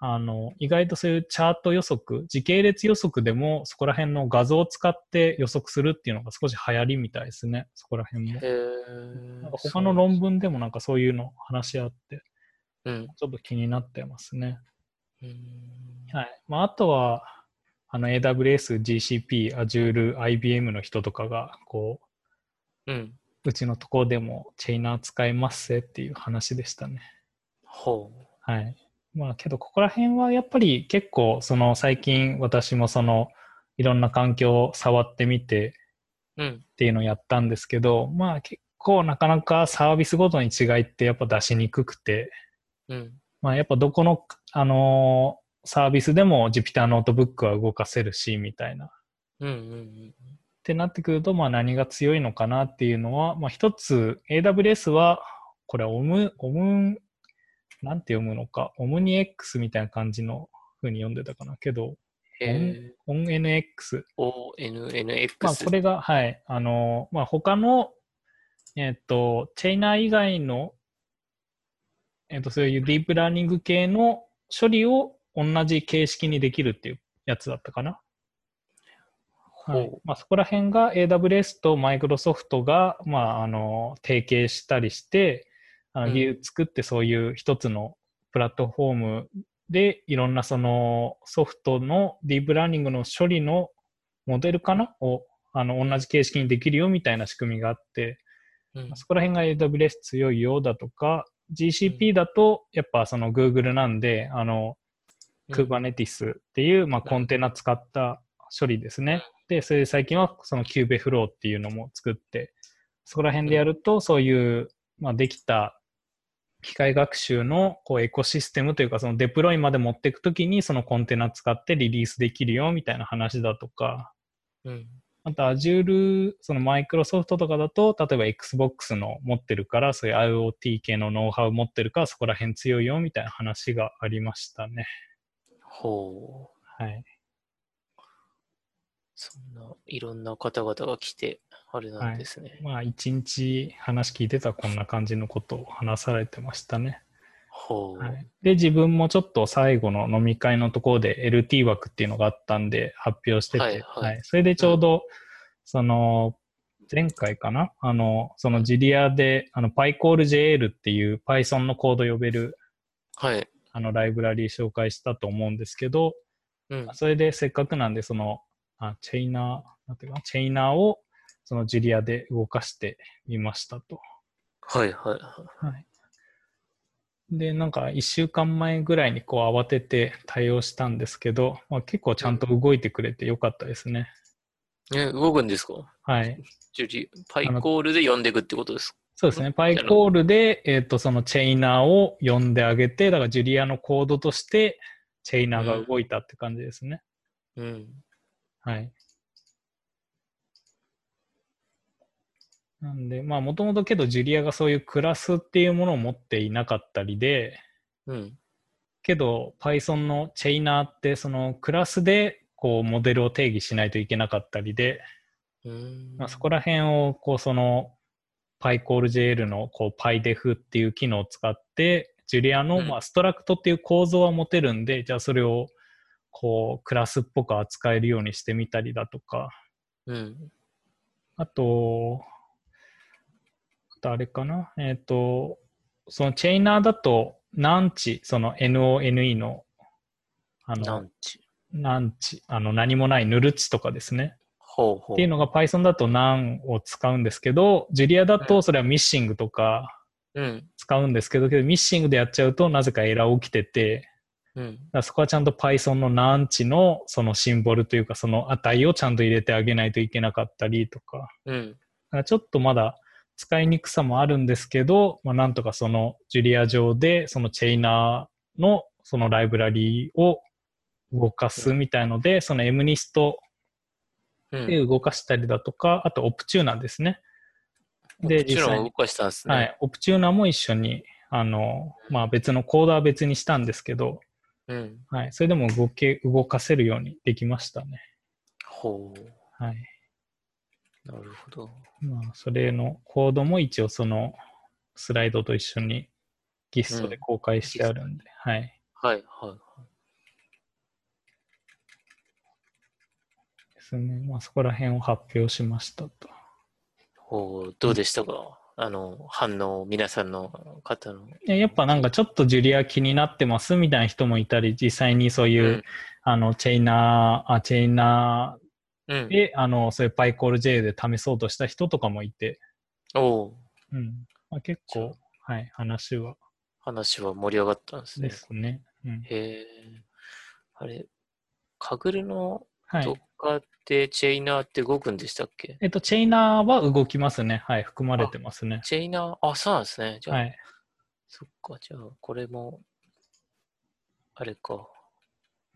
Speaker 1: あの意外とそういうチャート予測時系列予測でもそこら辺の画像を使って予測するっていうのが少し流行りみたいですねそこら辺も
Speaker 2: へ。え。
Speaker 1: なんか他の論文でもなんかそういうの話し合って
Speaker 2: うん。
Speaker 1: ちょっと気になってますね。
Speaker 2: うん。
Speaker 1: はい。まあ、あとは、あの AWS、GCP、Azure、IBM の人とかが、こ
Speaker 2: うん。
Speaker 1: う、うちのところでもチェイナー使いますぜっていう話でしたね。
Speaker 2: ほう。
Speaker 1: はい。まあ、けど、ここら辺はやっぱり結構、その最近私もその、いろんな環境を触ってみて
Speaker 2: うん。
Speaker 1: っていうのをやったんですけど、まあ結構なかなかサービスごとに違いってやっぱ出しにくくて、
Speaker 2: うん。
Speaker 1: まあ、やっぱどこの、あのーサービスでも Jupyter ノートブックは動かせるし、みたいな。っ
Speaker 2: うん。うん。
Speaker 1: てなってくると、まあ、何が強いのかなっていうのは、まあ、一つ、AWS は、これ、オム、オム、なんて読むのか、オムニ X みたいな感じの風に読んでたかな。けど、
Speaker 2: へえ。
Speaker 1: オン NX。
Speaker 2: ONNX。
Speaker 1: まあ、これが、はい、あのーまあ、他の、えっ、と、チェイナー以外の、えっ、と、そういうディープラーニング系の処理を同じ形式にできるっていうやつだったかな。
Speaker 2: ほう
Speaker 1: はいまあ、そこら辺が AWS と Microsoft が、まあ、あの提携したりして、あ
Speaker 2: うん
Speaker 1: の技術作ってそういう一つのプラットフォームでいろんなそのソフトのディープラーニングの処理のモデルかなをあの同じ形式にできるよみたいな仕組みがあって、
Speaker 2: うん
Speaker 1: まあそこら辺が AWS 強いようだとか、GCP だとやっぱその Google なんで、あの、Kubernetes っていう、まあ、コンテナ使った処理ですね。で、それで最近はその Kubeflow っていうのも作って、そこら辺でやると、そういう、まあ、できた機械学習のこうエコシステムというか、そのデプロイまで持っていくときに、そのコンテナ使ってリリースできるよみたいな話だとか、
Speaker 2: うん
Speaker 1: あと Azure、そのマイクロソフトとかだと、例えば Xbox の持ってるから、そういう IoT 系のノウハウ持ってるから、そこら辺強いよみたいな話がありましたね。
Speaker 2: ほう。
Speaker 1: はい。
Speaker 2: そんな、いろんな方々が来て、あれなんですね。
Speaker 1: まあ、一日話聞いてたらこんな感じのことを話されてましたね。
Speaker 2: ほう。
Speaker 1: はい、で、自分もちょっと最後の飲み会のところで LT 枠っていうのがあったんで発表してて、
Speaker 2: はいはい
Speaker 1: それでちょうど、その、前回かなあの、そのジリアで、あの、PyCallJL っていう Python のコード呼べる
Speaker 2: はい。
Speaker 1: あのライブラリー紹介したと思うんですけど、
Speaker 2: うん。
Speaker 1: それでせっかくなんで、その、あチェイナー、なんていうかな、チェイナーをそのジュリアで動かしてみましたと。
Speaker 2: はいはいは
Speaker 1: はい。で、なんか1週間前ぐらいにこう慌てて対応したんですけど、まあ、結構ちゃんと動いてくれてよかったですね。
Speaker 2: い。え、動くんですか
Speaker 1: はい。
Speaker 2: ジュリパイコールで呼んでいくってことですか
Speaker 1: そうですね。パイコールで、えっ、と、そのチェイナーを呼んであげて、だからジュリアのコードとして、チェイナーが動いたって感じですね。
Speaker 2: うん。
Speaker 1: はい。なんで、まあ、もともとけど、ジュリアがそういうクラスっていうものを持っていなかったりで、
Speaker 2: うん。
Speaker 1: けど、Python のチェイナーって、そのクラスで、こう、モデルを定義しないといけなかったりで、
Speaker 2: うん。
Speaker 1: まあ、そこら辺を、こう、その、PyCallJL の、こう、PyDef っていう機能を使って、ジュリアの、
Speaker 2: うん
Speaker 1: まあ、ストラクトっていう構造は持てるんで、じゃあそれを、こう、クラスっぽく扱えるようにしてみたりだとか、
Speaker 2: うん。
Speaker 1: あと、あとあれかな、えっ、と、そのチェイナーだと、ナンチ、その NONE の、あ
Speaker 2: な
Speaker 1: の、
Speaker 2: んち。
Speaker 1: ナンチ、あの、何もないヌルチとかですね。
Speaker 2: ほうほ
Speaker 1: っ
Speaker 2: う。
Speaker 1: ていうのが Python だとナンを使うんですけど、ジュリアだとそれはミッシングとか
Speaker 2: うん。
Speaker 1: 使うんですけど、けどミッシングでやっちゃうとなぜかエラー起きてて、
Speaker 2: う
Speaker 1: だ
Speaker 2: ん。
Speaker 1: からそこはちゃんと Python のナンチのそのシンボルというか、その値をちゃんと入れてあげないといけなかったりとか、
Speaker 2: うん。
Speaker 1: だからちょっとまだ使いにくさもあるんですけど、まあ、なんとかそのジュリア上でそのチェイナーのそのライブラリーを動かすみたいので、その MNIST
Speaker 2: うん。
Speaker 1: で動かしたりだとか、あとオプチューナーですね。で、
Speaker 2: もち
Speaker 1: 実
Speaker 2: ろ
Speaker 1: 際
Speaker 2: ん
Speaker 1: に
Speaker 2: 動、かしたんですね。
Speaker 1: はい、オプチューナーも一緒に、あの、まあ別のコードは別にしたんですけど、
Speaker 2: うん。
Speaker 1: はい、それでも動け、動かせるようにできましたね。
Speaker 2: ほう。
Speaker 1: はい。
Speaker 2: なるほど。
Speaker 1: まあ、それのコードも一応そのスライドと一緒にギストで公開してあるんで、はい。
Speaker 2: はいは
Speaker 1: ですね。まあ、そこら辺を発表しましたと。
Speaker 2: い。ほう。どうでしたかあの、反応、皆さんの方の。
Speaker 1: でやっぱなんかちょっとジュリア気になってますみたいな人もいたり、実際にそういう、
Speaker 2: うん
Speaker 1: あの、チェイナー、あ、チェイナ
Speaker 2: う
Speaker 1: ー
Speaker 2: ん。
Speaker 1: で、あの、そういうパイコール J で試そうとした人とかもいて、
Speaker 2: おう。
Speaker 1: うん。まあ、結構、はい、話は
Speaker 2: 話は盛り上がったんです
Speaker 1: で
Speaker 2: ね。
Speaker 1: すね。うん。
Speaker 2: へえ。あれ、カグルの
Speaker 1: は
Speaker 2: どっ
Speaker 1: い。
Speaker 2: かってチェイナーって動くんでしたっけ、
Speaker 1: えっと、チェイナーは動きますね。はい、含まれてますね。
Speaker 2: チェイナー、あ、そうなんですね。じゃあ、
Speaker 1: はい。
Speaker 2: そっか、じゃあ、これも、あれか、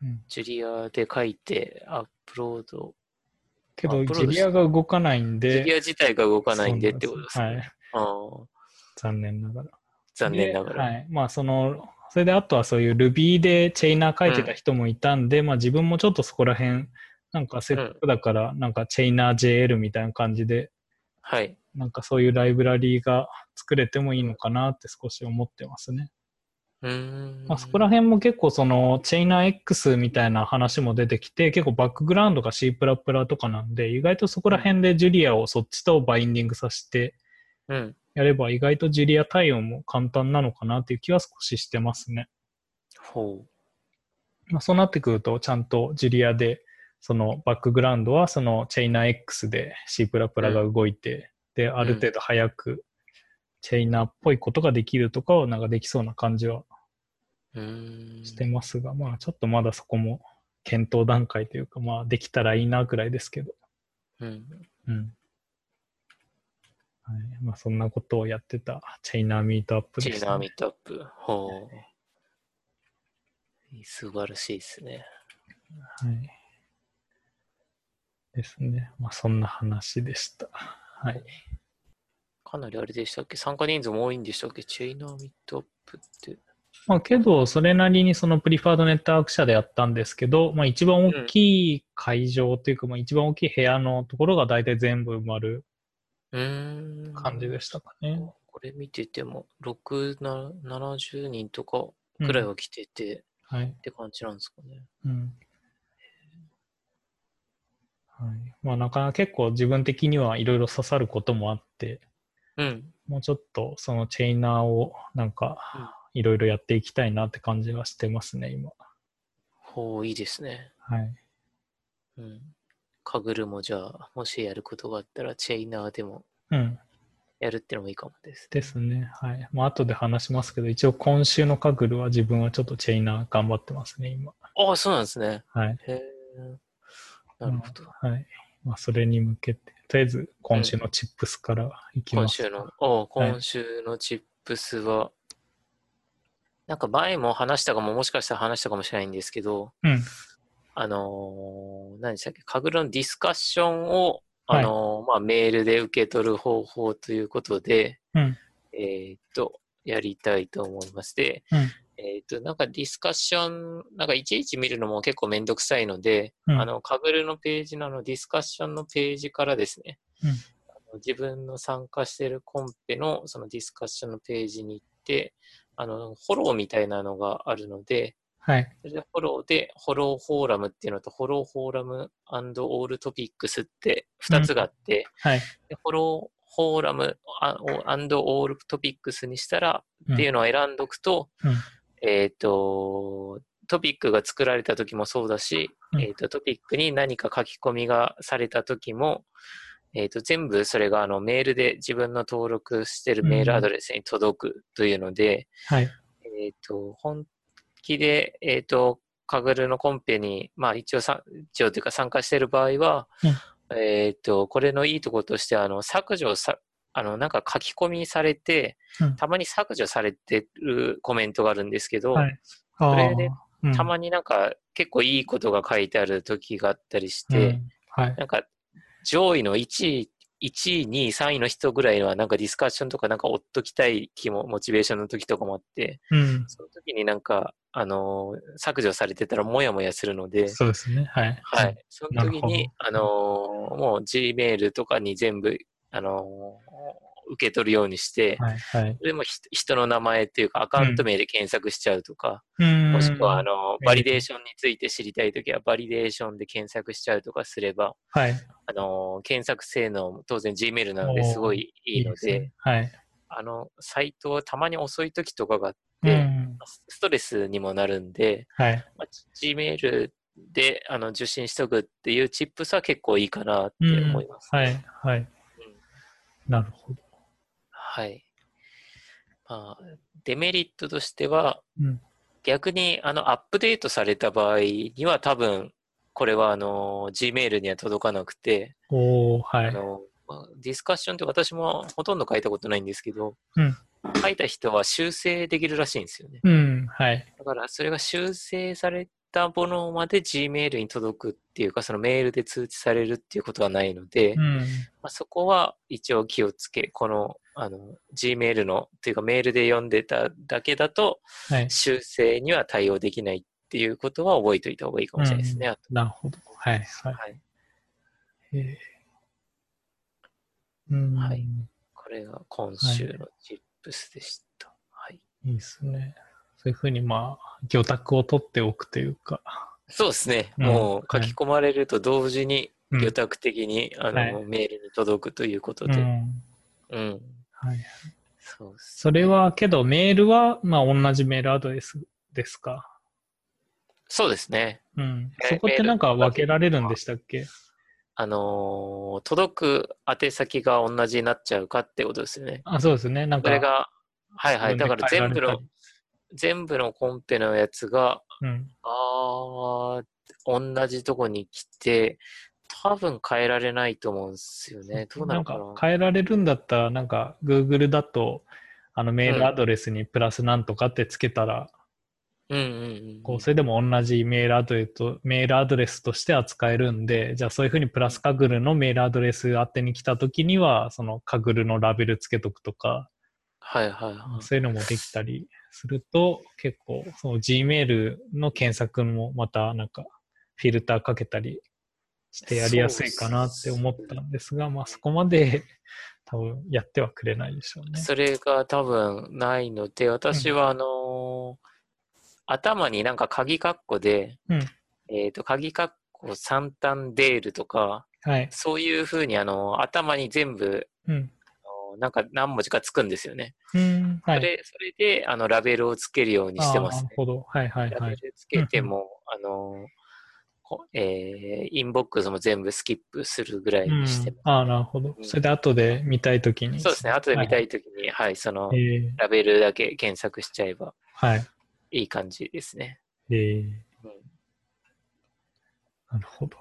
Speaker 1: うん
Speaker 2: ジュリアで書いてアップロード、
Speaker 1: け
Speaker 2: ア
Speaker 1: ど、
Speaker 2: ップロ
Speaker 1: ジ
Speaker 2: ー
Speaker 1: ュ
Speaker 2: ドし
Speaker 1: リアが動かないん
Speaker 2: ジ
Speaker 1: で。
Speaker 2: ュリア自体が動かないんでってことです
Speaker 1: そう
Speaker 2: ね。
Speaker 1: なんはい。
Speaker 2: あー
Speaker 1: 残念ながら。
Speaker 2: 残念ながら。
Speaker 1: ではい。まあ、その、それであとはそういう Ruby でチェイナー書いてた人もいたんで、まあ自分もちょっとそこら辺、なんかせっかくだから、なんかチェイナー JL みたいな感じで、
Speaker 2: はい。
Speaker 1: なんかそういうライブラリーが作れてもいいのかなって少し思ってますね。
Speaker 2: うーん。
Speaker 1: まあ、そこら辺も結構そのチェイナー X みたいな話も出てきて結構バックグラウンドが C++ とかなんで意外とそこら辺でジュリアをそっちとバインディングさせて
Speaker 2: うん。
Speaker 1: やれば意外とジュリア対応も簡単なのかなっていう気は少ししてますね。
Speaker 2: ほう。
Speaker 1: まあ、そうなってくるとちゃんとジュリアでそのバックグラウンドはそのチェイナー X で C++ が動いて、である程度早くチェイナーっぽいことができるとかはなんかできそうな感じは
Speaker 2: うーん。
Speaker 1: してますが、まあちょっとまだそこも検討段階というか、まあできたらいいなぐらいですけど、
Speaker 2: うん。
Speaker 1: うん。はい、まあそんなことをやってたチェイナーミートアップ
Speaker 2: チ
Speaker 1: で
Speaker 2: ー
Speaker 1: した
Speaker 2: ナー
Speaker 1: ね、
Speaker 2: ミートアップ。ほう。素晴らしいですね。
Speaker 1: はい。ですね。まあそんな話でした。はい。
Speaker 2: かなりあれでしたっけ参加人数も多いんでしたっけチェイナーミットアップって。
Speaker 1: まあけど、それなりにそのプリファードネットワーク社でやったんですけど、まあ一番大きい会場というか、まあ一番大きい部屋のところが大体全部埋まる
Speaker 2: うーん。
Speaker 1: 感じでしたかね。
Speaker 2: これ見てても、6、な70人とかくらいは来てて、っ
Speaker 1: うんはい。
Speaker 2: て感じなんですかね。
Speaker 1: うんはいまあ、なかなか結構自分的にはいろいろ刺さることもあって、
Speaker 2: うん。
Speaker 1: もうちょっとそのチェイナーをなんかいろいろやっていきたいなって感じはしてますね、今。
Speaker 2: ほう、いいですね。
Speaker 1: はい。
Speaker 2: うん。かぐるもじゃあ、もしやることがあったら、チェイナーでも
Speaker 1: うん。
Speaker 2: やるってのもいいかもです。
Speaker 1: ですね。はい。まあ、後で話しますけど、一応今週のカグルは自分はちょっとチェイナー頑張ってますね、今。
Speaker 2: ああ、そうなんですね。
Speaker 1: はい。
Speaker 2: へえ。なるほど。
Speaker 1: はい。まあ、それに向けて、とりあえず今週のチップスからいきま
Speaker 2: 今
Speaker 1: す。
Speaker 2: 週の、おう今週のチップスは、なんか前も話したかも、もしかしたら話したかもしれないんですけど、
Speaker 1: うん。
Speaker 2: あのー何でしたっけ、カグルのディスカッションを、
Speaker 1: はい
Speaker 2: あのーまあ、メールで受け取る方法ということで、
Speaker 1: うん。
Speaker 2: えーっと、やりたいと思います。で、
Speaker 1: うん
Speaker 2: えーっと、なんかディスカッション、なんかいちいち見るのも結構めんどくさいので、
Speaker 1: うん
Speaker 2: あの、カブルのページのあのディスカッションのページからですね、
Speaker 1: うん
Speaker 2: あの自分の参加しているコンペのそのディスカッションのページに行って、あの、フォローみたいなのがあるので、
Speaker 1: はい。
Speaker 2: それでフォローで、フォローフォーラムっていうのと、フォローフォーラムオールトピックスって2つがあって、
Speaker 1: はい。
Speaker 2: でフォローフォーラムあおアンドオールトピックスにしたら
Speaker 1: うん
Speaker 2: っていうのを選んどくと、
Speaker 1: うん
Speaker 2: えっ、と、トピックが作られた時もそうだし、
Speaker 1: うん
Speaker 2: えっとトピックに何か書き込みがされた時も、えっと全部それがあのメールで自分の登録してるメールアドレスに届くというので、
Speaker 1: はい。
Speaker 2: えっと本気で、えっとカグルのコンペに、まあ、一応さ一応というか参加している場合は、えっとこれのいいところとしてあの削除さあのなんか書き込みされて、
Speaker 1: うん
Speaker 2: たまに削除されてるコメントがあるんですけど、
Speaker 1: はいあ
Speaker 2: れで
Speaker 1: ー、
Speaker 2: た
Speaker 1: に
Speaker 2: まになんか結構いいことが書いてある時があったりして、
Speaker 1: うんはい。
Speaker 2: なんか上位の1位、1位、2位、3位の人ぐらいはなんかディスカッションとかなんか追っときたい気も、モチベーションの時とかもあって、
Speaker 1: うん。
Speaker 2: その時になんか、あのー削除されてたらモヤモヤするので、
Speaker 1: そうですね。はい。
Speaker 2: はい。。その時に、
Speaker 1: な
Speaker 2: あ
Speaker 1: る
Speaker 2: のーもう Gmail とかに全部、あのー受け取るようにして、
Speaker 1: はい。はい。
Speaker 2: それもひ人の名前っていうかアカウント名で検索しちゃうとか、
Speaker 1: うん
Speaker 2: もしくは、あの、バリ
Speaker 1: え
Speaker 2: デ
Speaker 1: え
Speaker 2: ーションについて知りたいときは、バリデーションで検索しちゃうとかすれば、
Speaker 1: はい。
Speaker 2: あの、検索性能も当然 Gmail な
Speaker 1: お
Speaker 2: ので
Speaker 1: ー
Speaker 2: すごいいいの
Speaker 1: す
Speaker 2: で
Speaker 1: ね、はい。
Speaker 2: あの、サイトはたまに遅いときとかがあっ
Speaker 1: う
Speaker 2: て、
Speaker 1: ん。
Speaker 2: ストレスにもなるんで、
Speaker 1: はい。
Speaker 2: まあ Gmail であの受信しとくっていうチップスは結構いいかなって思います。
Speaker 1: はい。はい。なるほど。
Speaker 2: はい。まあ、デメリットとしては、
Speaker 1: うん
Speaker 2: 逆にあのアップデートされた場合には多分、これはあの Gmail には届かなくて、
Speaker 1: おー、は
Speaker 2: あ
Speaker 1: い。
Speaker 2: のまあディスカッションって私もほとんど書いたことないんですけど、
Speaker 1: うん
Speaker 2: 書いた人は修正できるらしいんですよね。
Speaker 1: うん。はい。
Speaker 2: だからそれが修正されたものまで Gmail に届くっていうか、そのメールで通知されるっていうことはないので、
Speaker 1: うん。
Speaker 2: まあ、そこは一応気をつけ、この、あの、Gmail の、というかメールで読んでただけだと、
Speaker 1: はい。
Speaker 2: 修正には対応できないっていうことは覚えておいた方がいいかもしれないですね。あと
Speaker 1: なるほど。はい。は
Speaker 2: はい。
Speaker 1: い。へーうん。
Speaker 2: はい
Speaker 1: い
Speaker 2: これが今週のチップスでした。はい。
Speaker 1: いですね。そういうふうにまあ、魚拓を取っておくというか。
Speaker 2: そうですね。
Speaker 1: うん
Speaker 2: もう書
Speaker 1: はい
Speaker 2: き込まれると同時に、
Speaker 1: うん
Speaker 2: 予託的に、あの、
Speaker 1: はい
Speaker 2: メールに届くということ
Speaker 1: う
Speaker 2: で。
Speaker 1: ん。
Speaker 2: うん。
Speaker 1: はい。
Speaker 2: そうっす
Speaker 1: それは、けどメールは、まあ同じメールアドレスですか。
Speaker 2: そうですね。
Speaker 1: うん。
Speaker 2: え
Speaker 1: そこってなんか分けられるんでしたっけ
Speaker 2: あのー届く宛先が同じになっちゃうかってことですよね。
Speaker 1: あ、そうですね。なんか。
Speaker 2: それが、はいはい。
Speaker 1: 自
Speaker 2: だか
Speaker 1: 分で変
Speaker 2: ら
Speaker 1: えられ
Speaker 2: 全部
Speaker 1: たり
Speaker 2: の、全部のコンペのやつが、
Speaker 1: うん。
Speaker 2: あー、同じとこに来て、多分変えられないと思うんですよね。どうな
Speaker 1: なん
Speaker 2: のか
Speaker 1: か
Speaker 2: な
Speaker 1: 変えられるんだったら、なんか Google だと、あのメールアドレスにプラスなんとかってつけたら、
Speaker 2: うんうんうん。
Speaker 1: こうそれでも同じメールアドレスとメールアドレスとして扱えるんで、じゃあそういうふうにプラスカグルのメールアドレス宛てに来たときには、そのカグルのラベルつけとくとか、
Speaker 2: はいはいはい。
Speaker 1: そういうのもできたりすると、結構その Gmail の検索もまたなんかフィルターかけたりしてやりやすいかなって思ったんですが、まあそこまで 多分やってはくれないでしょうね。
Speaker 2: それが多分ないので、私はあのー頭になんか鍵括弧で、
Speaker 1: うん
Speaker 2: えっ、と、鍵括弧サンタンデールとか、
Speaker 1: はい。
Speaker 2: そういうふうにあのー頭に全部、
Speaker 1: うん。
Speaker 2: あのーなんか何文字かつくんですよね。
Speaker 1: うん。は
Speaker 2: そ
Speaker 1: い。
Speaker 2: れそれであのラベルをつけるようにしてま
Speaker 1: あー
Speaker 2: す
Speaker 1: な
Speaker 2: ね
Speaker 1: る。ほど。はいはい
Speaker 2: ラ
Speaker 1: は
Speaker 2: ベ
Speaker 1: い。
Speaker 2: ルつけても、あのーこえーインボックスも全部スキップするぐらいにしてます。
Speaker 1: うん、ああ、なるほど。
Speaker 2: うん
Speaker 1: それで後で見たいときに。
Speaker 2: そうですね、後で見たいときに、はい、その
Speaker 1: えー
Speaker 2: ラベルだけ検索しちゃえば
Speaker 1: はい。
Speaker 2: いい感じですね。
Speaker 1: えー
Speaker 2: うん
Speaker 1: なるほど。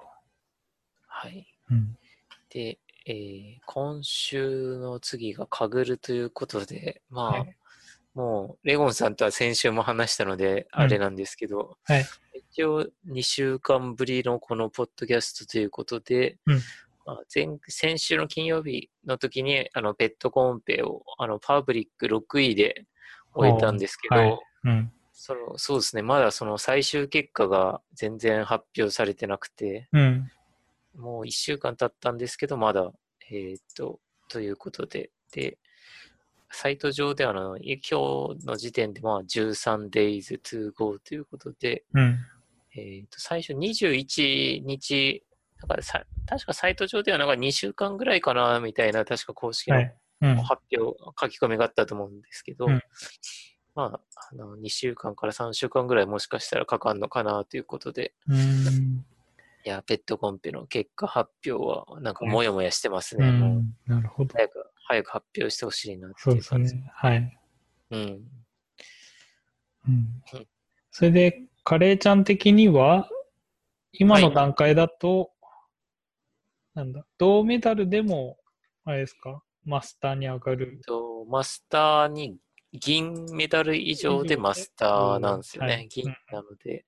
Speaker 2: はい。
Speaker 1: うん。
Speaker 2: で、えー今週の次がカグルということで、まあ、
Speaker 1: は
Speaker 2: もう、レゴンさんとは先週も話したので、
Speaker 1: うん
Speaker 2: あれなんですけど、
Speaker 1: はい
Speaker 2: 一応2週間ぶりのこのポッドキャストということで、
Speaker 1: うん
Speaker 2: まあ、前先週の金曜日の時に、あの、ペットコンペを、あの、パブリック6位で終えたんですけど、
Speaker 1: おーはいうん。
Speaker 2: そのそうですね、まだその最終結果が全然発表されてなくて、
Speaker 1: うん。
Speaker 2: もう1週間経ったんですけど、まだ、えーっと、ということで、で、サイト上ではあの、い今日の時点で、まあ、13 days to go ということで、
Speaker 1: うん。
Speaker 2: えーっと、最初21日、だからさ確かサイト上ではなんか2週間ぐらいかな、みたいな、確か公式
Speaker 1: は
Speaker 2: の
Speaker 1: い。うん。
Speaker 2: 発表、書き込みがあったと思うんですけど、
Speaker 1: うん
Speaker 2: まあ、あの、2週間から3週間ぐらいもしかしたらかかんのかな、ということで、
Speaker 1: うん。
Speaker 2: いや、ペットコンペの結果発表は、なんか
Speaker 1: ね
Speaker 2: もやもやしてます
Speaker 1: う。
Speaker 2: ね。もうん
Speaker 1: なるほど。
Speaker 2: 早く、早く発表してほしいなって
Speaker 1: そう
Speaker 2: い
Speaker 1: で
Speaker 2: う
Speaker 1: す
Speaker 2: 感じ。
Speaker 1: ね。はい。
Speaker 2: うん。
Speaker 1: うん
Speaker 2: うん。
Speaker 1: それで、カレーちゃん的には、今の段階だと、なんだ、銅メダルでも、あれですか、マスターに上がる。
Speaker 2: と、マスターに銀メダル以上でマスターなんですよ
Speaker 1: は
Speaker 2: ね
Speaker 1: い。
Speaker 2: 銀なので、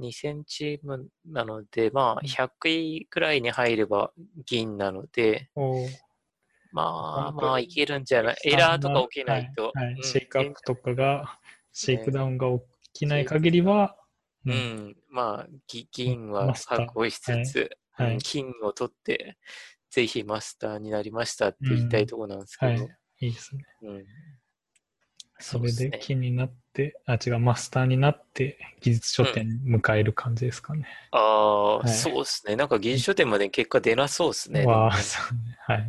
Speaker 2: 2000チームなので、まあ、100位くらいに入れば銀なので、
Speaker 1: おー
Speaker 2: まあ、
Speaker 1: 本当に
Speaker 2: まあ、いけるんじゃない。エラーとか起きないと。
Speaker 1: はいはい
Speaker 2: うん
Speaker 1: シェイクアップとかが、シェイクダウンが起きない限りは、
Speaker 2: う
Speaker 1: うん
Speaker 2: ん、まあ、ぎ銀
Speaker 1: マ
Speaker 2: は
Speaker 1: スター
Speaker 2: 確保しつつ、
Speaker 1: はいはい
Speaker 2: うん金を取って、ぜひマスターになりましたって言いたいところなんですけど、
Speaker 1: うんいいですね。
Speaker 2: うん
Speaker 1: そ
Speaker 2: そうで
Speaker 1: れ
Speaker 2: す
Speaker 1: で
Speaker 2: ね
Speaker 1: 気になって、あ、違う、マスターになって、技術書店に迎える感じですかね。
Speaker 2: ああ、
Speaker 1: はい
Speaker 2: そうですね。なんか技術書店まで結果出なそうですね。
Speaker 1: わあ、そうね。 はい。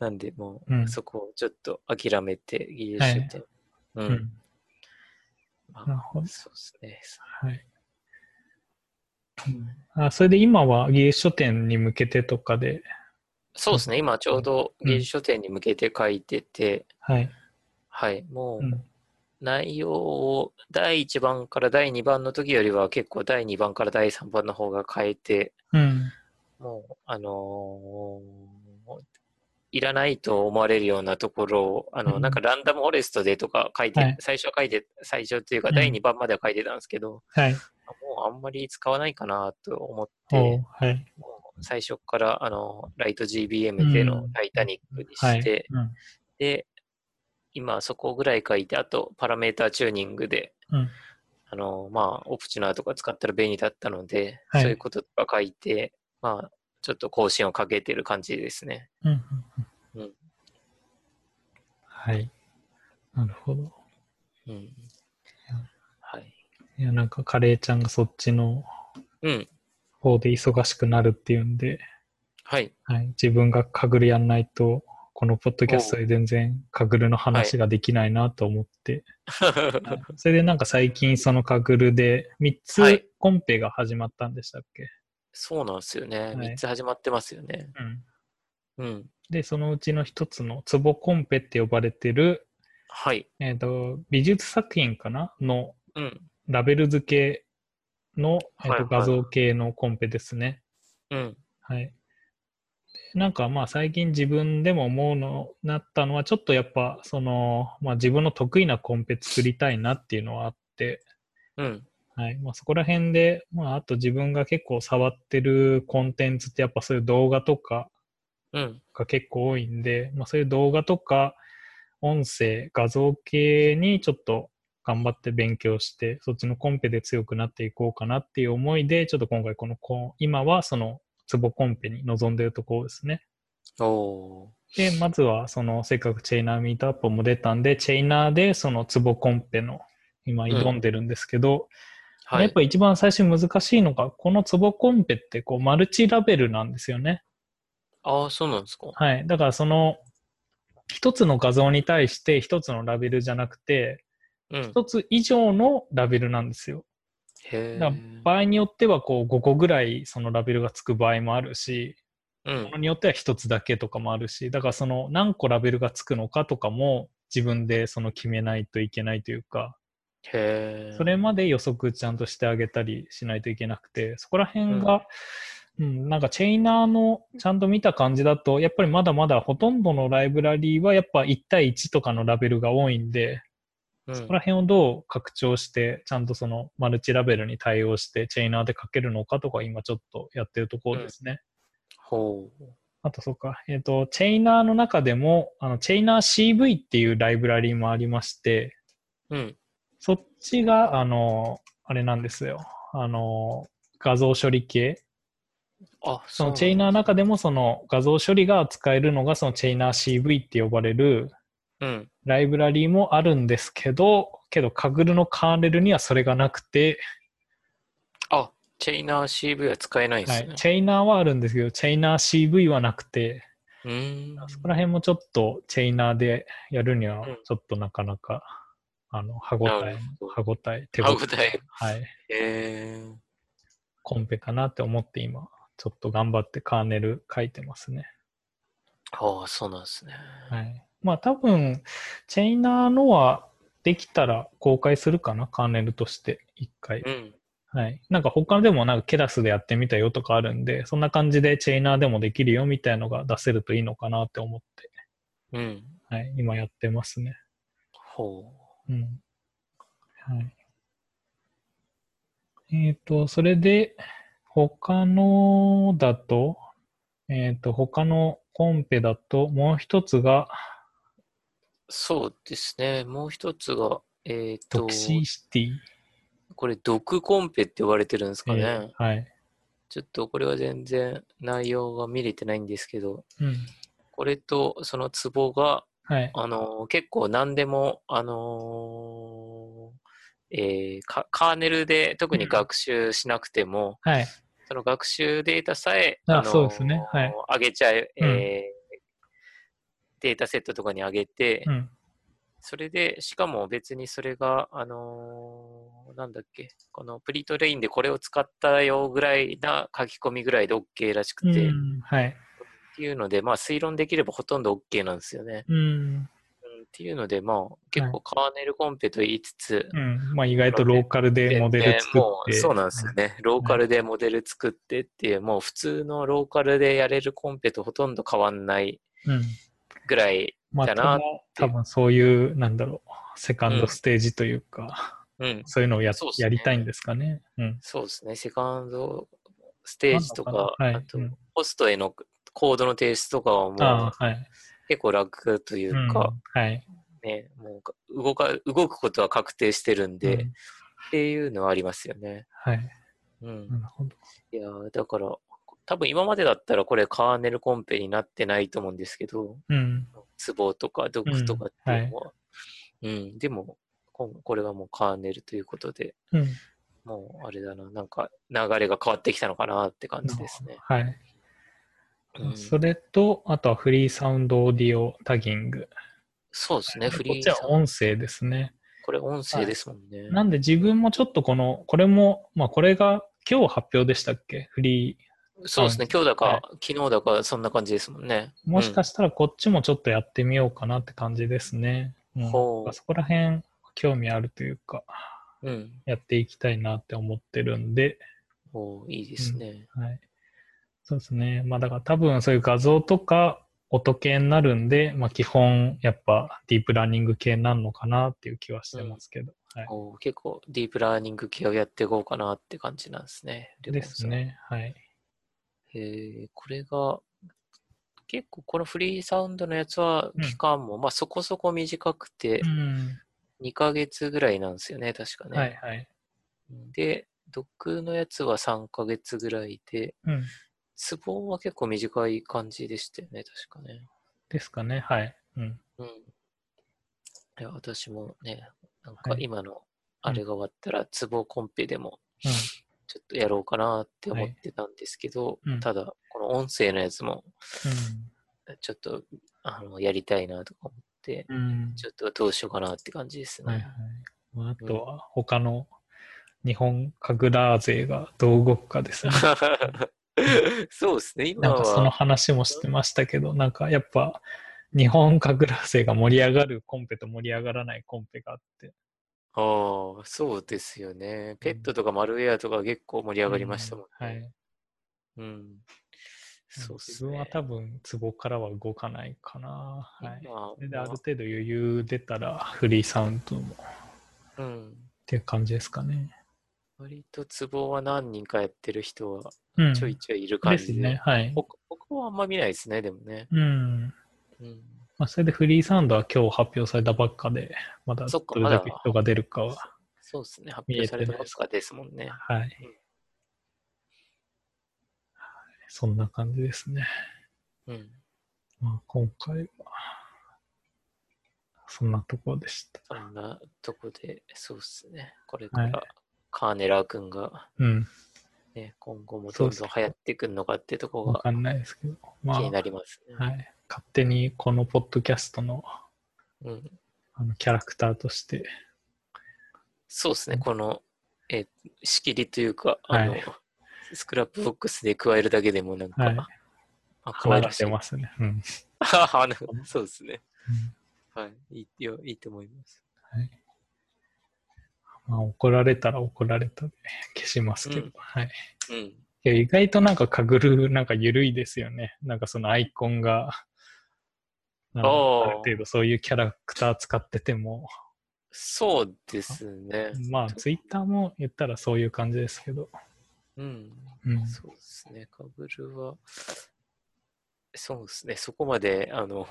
Speaker 2: なんで、も
Speaker 1: うん
Speaker 2: う、そこをちょっと諦めて、技術書店。
Speaker 1: う
Speaker 2: うんん、。ま
Speaker 1: なる
Speaker 2: あ、
Speaker 1: ほど。
Speaker 2: そうですね。
Speaker 1: はい。あ、それで今は技術書店に向けてとかで、
Speaker 2: そうですね。今ちょうど
Speaker 1: うん
Speaker 2: 技術書店に向けて書いてて、
Speaker 1: はい。
Speaker 2: はい、もう、
Speaker 1: うん。
Speaker 2: 内容を第1番から第2番の時よりは結構第2番から第3番の方が変えて、
Speaker 1: うん。
Speaker 2: もう、あのーいらないと思われるようなところを、あの、
Speaker 1: うん
Speaker 2: なんかランダムフォレストでとか書いて、
Speaker 1: はい
Speaker 2: 最初は書いて、最初というか
Speaker 1: うん
Speaker 2: 第2番までは書いてたんですけど、
Speaker 1: はい。
Speaker 2: もうあんまり使わないかなと思って、
Speaker 1: おうはい。
Speaker 2: もう最初から、あの、ライト GBM での
Speaker 1: うん
Speaker 2: タイタニックにして、
Speaker 1: はい。うん。
Speaker 2: で、今そこぐらい書いて、あとパラメータチューニングで、
Speaker 1: うん
Speaker 2: あの、まあ、オプチュナーとか使ったら便利だったので、
Speaker 1: はい
Speaker 2: そういうこととか書いて、まあ、ちょっと更新をかけてる感じですね。
Speaker 1: うんうんうん
Speaker 2: うん
Speaker 1: はい。なるほど。
Speaker 2: うん。
Speaker 1: いや、なんかカレーちゃんがそっちの
Speaker 2: うん。
Speaker 1: 方で忙しくなるっていうんで、
Speaker 2: はい。
Speaker 1: はい、自分がカグルやんないと、このポッドキャストで全然カグルの話ができないなと思って、それでなんか最近そのカグルで3
Speaker 2: は
Speaker 1: つ
Speaker 2: い
Speaker 1: コンペが始まったんでしたっけ、
Speaker 2: そうなんですよね。
Speaker 1: はい
Speaker 2: 3つ始まってますよね。
Speaker 1: うん、
Speaker 2: うん。
Speaker 1: で、そのうちの1つのツボコンペって呼ばれてる、
Speaker 2: はい。
Speaker 1: えっ、と、美術作品かなの
Speaker 2: うん。
Speaker 1: ラベル付けの、えっ
Speaker 2: はい
Speaker 1: と
Speaker 2: はい
Speaker 1: 画像系のコンペですね。
Speaker 2: うん。
Speaker 1: はい。でなんかまあ最近自分でも思うのなったのはちょっとやっぱその、まあ、自分の得意なコンペ作りたいなっていうのはあって、
Speaker 2: うん。
Speaker 1: はいまあ、そこら辺で、まあ、あと自分が結構触ってるコンテンツってやっぱそういう動画とか
Speaker 2: うん。
Speaker 1: が結構多いんで、まあ、そういう動画とか音声画像系にちょっと頑張って勉強してそっちのコンペで強くなっていこうかなっていう思いでちょっと今回このこ今はそのツボコンペに臨んでるところですね。
Speaker 2: おー。
Speaker 1: で、まずは、その、せっかくチェイナーミートアップも出たんで、チェイナーで、その、ツボコンペの、今、
Speaker 2: ん
Speaker 1: 挑んでるんですけど、
Speaker 2: は
Speaker 1: やっ
Speaker 2: い。
Speaker 1: ぱ一番最初に難しいのが、このツボコンペって、こう、マルチラベルなんですよね。
Speaker 2: ああ、そうなんですか。
Speaker 1: はい。だから、その、一つの画像に対して、一つのラベルじゃなくて、
Speaker 2: うん。
Speaker 1: 一つ以上のラベルなんですよ。
Speaker 2: へ
Speaker 1: だか
Speaker 2: え。
Speaker 1: 場合によっては、こう、5個ぐらい、そのラベルがつく場合もあるし、
Speaker 2: う
Speaker 1: もの
Speaker 2: ん。
Speaker 1: によっては一つだけとかもあるし、だからその何個ラベルがつくのかとかも自分でその決めないといけないというか、
Speaker 2: へえ。
Speaker 1: それまで予測ちゃんとしてあげたりしないといけなくて、そこら辺が、うん、なんかチェイナーのちゃんと見た感じだと、やっぱりまだまだほとんどのライブラリーはやっぱ1対1とかのラベルが多いんで、
Speaker 2: うん、
Speaker 1: そこら辺をどう拡張して、ちゃんとそのマルチラベルに対応してチェイナーで書けるのかとか今ちょっとやってるところですね。
Speaker 2: ほう。
Speaker 1: あとそうか、えっ、と、チェイナーの中でも、あの、チェイナー CV っていうライブラリもありまして、
Speaker 2: うん。
Speaker 1: そっちが、あの、あれなんですよ。あの、画像処理系。
Speaker 2: あ、
Speaker 1: そ
Speaker 2: そ
Speaker 1: の
Speaker 2: うなん
Speaker 1: チェイナーの中でも、その画像処理が扱えるのが、そのチェイナー CV って呼ばれる
Speaker 2: うん。
Speaker 1: ライブラリもあるんですけど、けど、カグルのカーネルにはそれがなくて、
Speaker 2: あ、チェイナー CV は使えないんで
Speaker 1: は
Speaker 2: す
Speaker 1: い
Speaker 2: ね。、
Speaker 1: チェイナーはあるんですけど、チェイナー CV はなくて、
Speaker 2: うーん。
Speaker 1: そこら辺もちょっとチェイナーでやるには
Speaker 2: うん、
Speaker 1: ちょっとなかなか、あの、歯応
Speaker 2: な
Speaker 1: え
Speaker 2: る、
Speaker 1: 歯応え、手
Speaker 2: あ、
Speaker 1: 応
Speaker 2: 舞台
Speaker 1: え、。はい、
Speaker 2: へえ。
Speaker 1: コンペかなって思って今、ちょっと頑張ってカーネル書いてますね。
Speaker 2: ああ、そうなんですね。
Speaker 1: はい。まあ多分、チェイナーのはできたら公開するかな、カーネルとして、一回
Speaker 2: う。ん。
Speaker 1: はい。なんか他でもなんかケラスでやってみたよとかあるんで、そんな感じでチェイナーでもできるよみたいのが出せるといいのかなって思って、
Speaker 2: うん。
Speaker 1: はい、今やってますね。
Speaker 2: ほ
Speaker 1: うんはい。えっ、と、それで、他のだと、えっ、と、他のコンペだと、もう一つが、
Speaker 2: う。そうですね。もう一つが、えっ、
Speaker 1: ト
Speaker 2: と
Speaker 1: ク、シシティ。
Speaker 2: これ、毒コンペって呼ばれてるんですかね。
Speaker 1: えーはい。
Speaker 2: ちょっとこれは全然内容が見れてないんですけど、
Speaker 1: うん。
Speaker 2: これとそのツボが、
Speaker 1: はい。
Speaker 2: あのー結構何でも、あのーえーカカーネルで特に学習しなくても、
Speaker 1: はい。
Speaker 2: その学習データさえ、
Speaker 1: あ
Speaker 2: のー
Speaker 1: そうですねはい
Speaker 2: 上げちゃえ、えー
Speaker 1: う
Speaker 2: データセットとかに上げて、
Speaker 1: うん。
Speaker 2: それで、しかも別にそれが、あのーなんだっけ、このプリートレインでこれを使ったよぐらいな書き込みぐらいで OK らしくて、
Speaker 1: う
Speaker 2: っ
Speaker 1: ん。はい。
Speaker 2: ていうので、まあ推論できればほとんど OK なんですよね。
Speaker 1: うん。
Speaker 2: うんっていうので、まあ結構カーネルコンペと言いつつ、
Speaker 1: うん。まあ、意外とローカルでモデル作
Speaker 2: でも
Speaker 1: っ
Speaker 2: う
Speaker 1: て。
Speaker 2: そうなんですよね。ローカルでモデル作ってっていう、もう普通のローカルでやれるコンペとほとんど変わんない
Speaker 1: うん。
Speaker 2: ぐらい、
Speaker 1: まあ、
Speaker 2: だ
Speaker 1: た
Speaker 2: な
Speaker 1: だ
Speaker 2: って
Speaker 1: 多分そういう、なんだろう、セカンドステージというか、
Speaker 2: うん、
Speaker 1: そういうのをや,、
Speaker 2: そうっすね
Speaker 1: やりたいんですかね。うん。
Speaker 2: そうですね、セカンドステージと
Speaker 1: なんの
Speaker 2: か、
Speaker 1: かなはい
Speaker 2: あと
Speaker 1: うん
Speaker 2: ホストへのコードの提出とかはも
Speaker 1: あ
Speaker 2: う
Speaker 1: あ、はい。、
Speaker 2: 結構楽といううんか、
Speaker 1: はい。
Speaker 2: ね、もう動か動くことは確定してるんで、
Speaker 1: う
Speaker 2: っ
Speaker 1: ん
Speaker 2: ていうのはありますよね。
Speaker 1: はい。
Speaker 2: うん、
Speaker 1: なるほど。
Speaker 2: いやーだから、多分今までだったらこれカーネルコンペになってないと思うんですけど、
Speaker 1: うん。
Speaker 2: ツボとか毒とかっていうのは、うんでもこんこれがもうカーネルということで、
Speaker 1: うん。
Speaker 2: もうあれだな、なんか流れが変わってきたのかなって感じですね。
Speaker 1: はい。
Speaker 2: うん
Speaker 1: それと、あとはフリーサウンドオーディオタギング。
Speaker 2: そうですね、フ
Speaker 1: こ
Speaker 2: リ
Speaker 1: っ
Speaker 2: ー
Speaker 1: ち
Speaker 2: さ
Speaker 1: は
Speaker 2: ん
Speaker 1: 音声ですね。
Speaker 2: これ音声ですもんね。
Speaker 1: なんで自分もちょっとこの、これも、まあこれが今日発表でしたっけフリー。
Speaker 2: そうですね、今日だか、
Speaker 1: はい
Speaker 2: 昨日だか、そんな感じですもんね。
Speaker 1: もしか
Speaker 2: し
Speaker 1: したらこっちもちょっとやってみようかなって感じですね。うん
Speaker 2: ほう
Speaker 1: そこら辺興味あるというか、
Speaker 2: うん、うん
Speaker 1: やっていきたいなって思ってるんで、
Speaker 2: おーいいですね。
Speaker 1: はい。そうですね。まあだから多分そういう画像とか音系になるんで、まあ基本やっぱディープラーニング系になるのかなっていう気はしてますけど。はい。
Speaker 2: おー結構ディープラーニング系をやっていこうかなって感じなんですね。レモ
Speaker 1: で
Speaker 2: ンさん
Speaker 1: す。ね。はい。
Speaker 2: えーこれが、結構このフリーサウンドのやつは
Speaker 1: うん
Speaker 2: 期間も、まあそこそこ短くて
Speaker 1: うん。
Speaker 2: 2ヶ月ぐらいなんですよね、確かね。
Speaker 1: はいはい。
Speaker 2: で、ドックのやつは3ヶ月ぐらいで、
Speaker 1: うん。
Speaker 2: ツボは結構短い感じでしたよね、確かね。
Speaker 1: ですかね。はい。うん。
Speaker 2: うん。いや、私もね、なん
Speaker 1: は
Speaker 2: か
Speaker 1: い
Speaker 2: 今のあれが終わったら、ツボコンペでも
Speaker 1: うん
Speaker 2: ちょっとやろうかなって思ってたんですけど、
Speaker 1: はいうん
Speaker 2: ただ、この音声のやつも、ちょっと、あの、やりたいなとか思って、
Speaker 1: うん。うん。
Speaker 2: ちょっとどうしようかなって感じですね。
Speaker 1: はいはい。まああとは他の日本神楽勢がどう動くかですね。
Speaker 2: そうですね、今
Speaker 1: なんかその
Speaker 2: は、
Speaker 1: 話もしてましたけど、なんかやっぱ日本神楽勢が盛り上がるコンペと盛り上がらないコンペがあって。
Speaker 2: ああ、そうですよね。ペットとかマルウェアとか結構盛り上がりましたもん
Speaker 1: うんは
Speaker 2: ね。
Speaker 1: い。
Speaker 2: うん。そうっ
Speaker 1: 自
Speaker 2: す
Speaker 1: 分は
Speaker 2: ね。
Speaker 1: 多分ツボからは動かないかな。はい。
Speaker 2: 今
Speaker 1: それである程度余裕出たらフリーサウンドもっ
Speaker 2: うん。
Speaker 1: ていう感じですかね。
Speaker 2: 割とツボは何人かやってる人は
Speaker 1: うん。
Speaker 2: ちょいちょいいる感
Speaker 1: です
Speaker 2: じ
Speaker 1: ね
Speaker 2: で。。
Speaker 1: はい。
Speaker 2: 僕僕はあんま見ないですね、でもね。
Speaker 1: うん。
Speaker 2: うん。
Speaker 1: まあ、それでフリーサウンドは今日発表されたばっかで、まだ
Speaker 2: そっか
Speaker 1: どれだけ
Speaker 2: まだ
Speaker 1: 人が出るかは。
Speaker 2: そうですね、発
Speaker 1: 見えて
Speaker 2: 表さ
Speaker 1: ない
Speaker 2: れたばっかですもんね。
Speaker 1: はい。はいそんな感じですね。
Speaker 2: うん。
Speaker 1: まあ、今回は、そんなところでした。
Speaker 2: そんなとこで、そうですね。これか
Speaker 1: はい
Speaker 2: らカーネラー君が、
Speaker 1: うん。
Speaker 2: ね、今後も
Speaker 1: そ
Speaker 2: ど
Speaker 1: うんっす
Speaker 2: ど
Speaker 1: ね
Speaker 2: ん流行ってくるのかってとこ
Speaker 1: わ
Speaker 2: が
Speaker 1: かんないですけど。まあ、
Speaker 2: 気に
Speaker 1: は。
Speaker 2: ないりますね。
Speaker 1: 勝手にこのポッドキャストの
Speaker 2: うん、
Speaker 1: あのキャラクターとして、
Speaker 2: そうですね、
Speaker 1: うん
Speaker 2: この、えー仕切りというか、あの、
Speaker 1: はい
Speaker 2: スクラップボックスで加えるだけでもなんか、
Speaker 1: はい
Speaker 2: あ
Speaker 1: 花が出
Speaker 2: ま
Speaker 1: ますね。うん。
Speaker 2: す。花がそうですね。
Speaker 1: うん
Speaker 2: はい、いいよいいと思います。
Speaker 1: まあ、怒られたら怒られたで消しますけど。
Speaker 2: うん
Speaker 1: はい。
Speaker 2: うん。
Speaker 1: いや、意外となんかかぐる、なんか緩いですよね。なんかそのアイコンが、なんか
Speaker 2: おー
Speaker 1: ある程度そういうキャラクター使ってても、
Speaker 2: そうですね。
Speaker 1: まあツイッターも言ったらそういう感じですけど。
Speaker 2: うん。
Speaker 1: うん。
Speaker 2: そうですね、かぶるは、そうですね、そこまで、あの、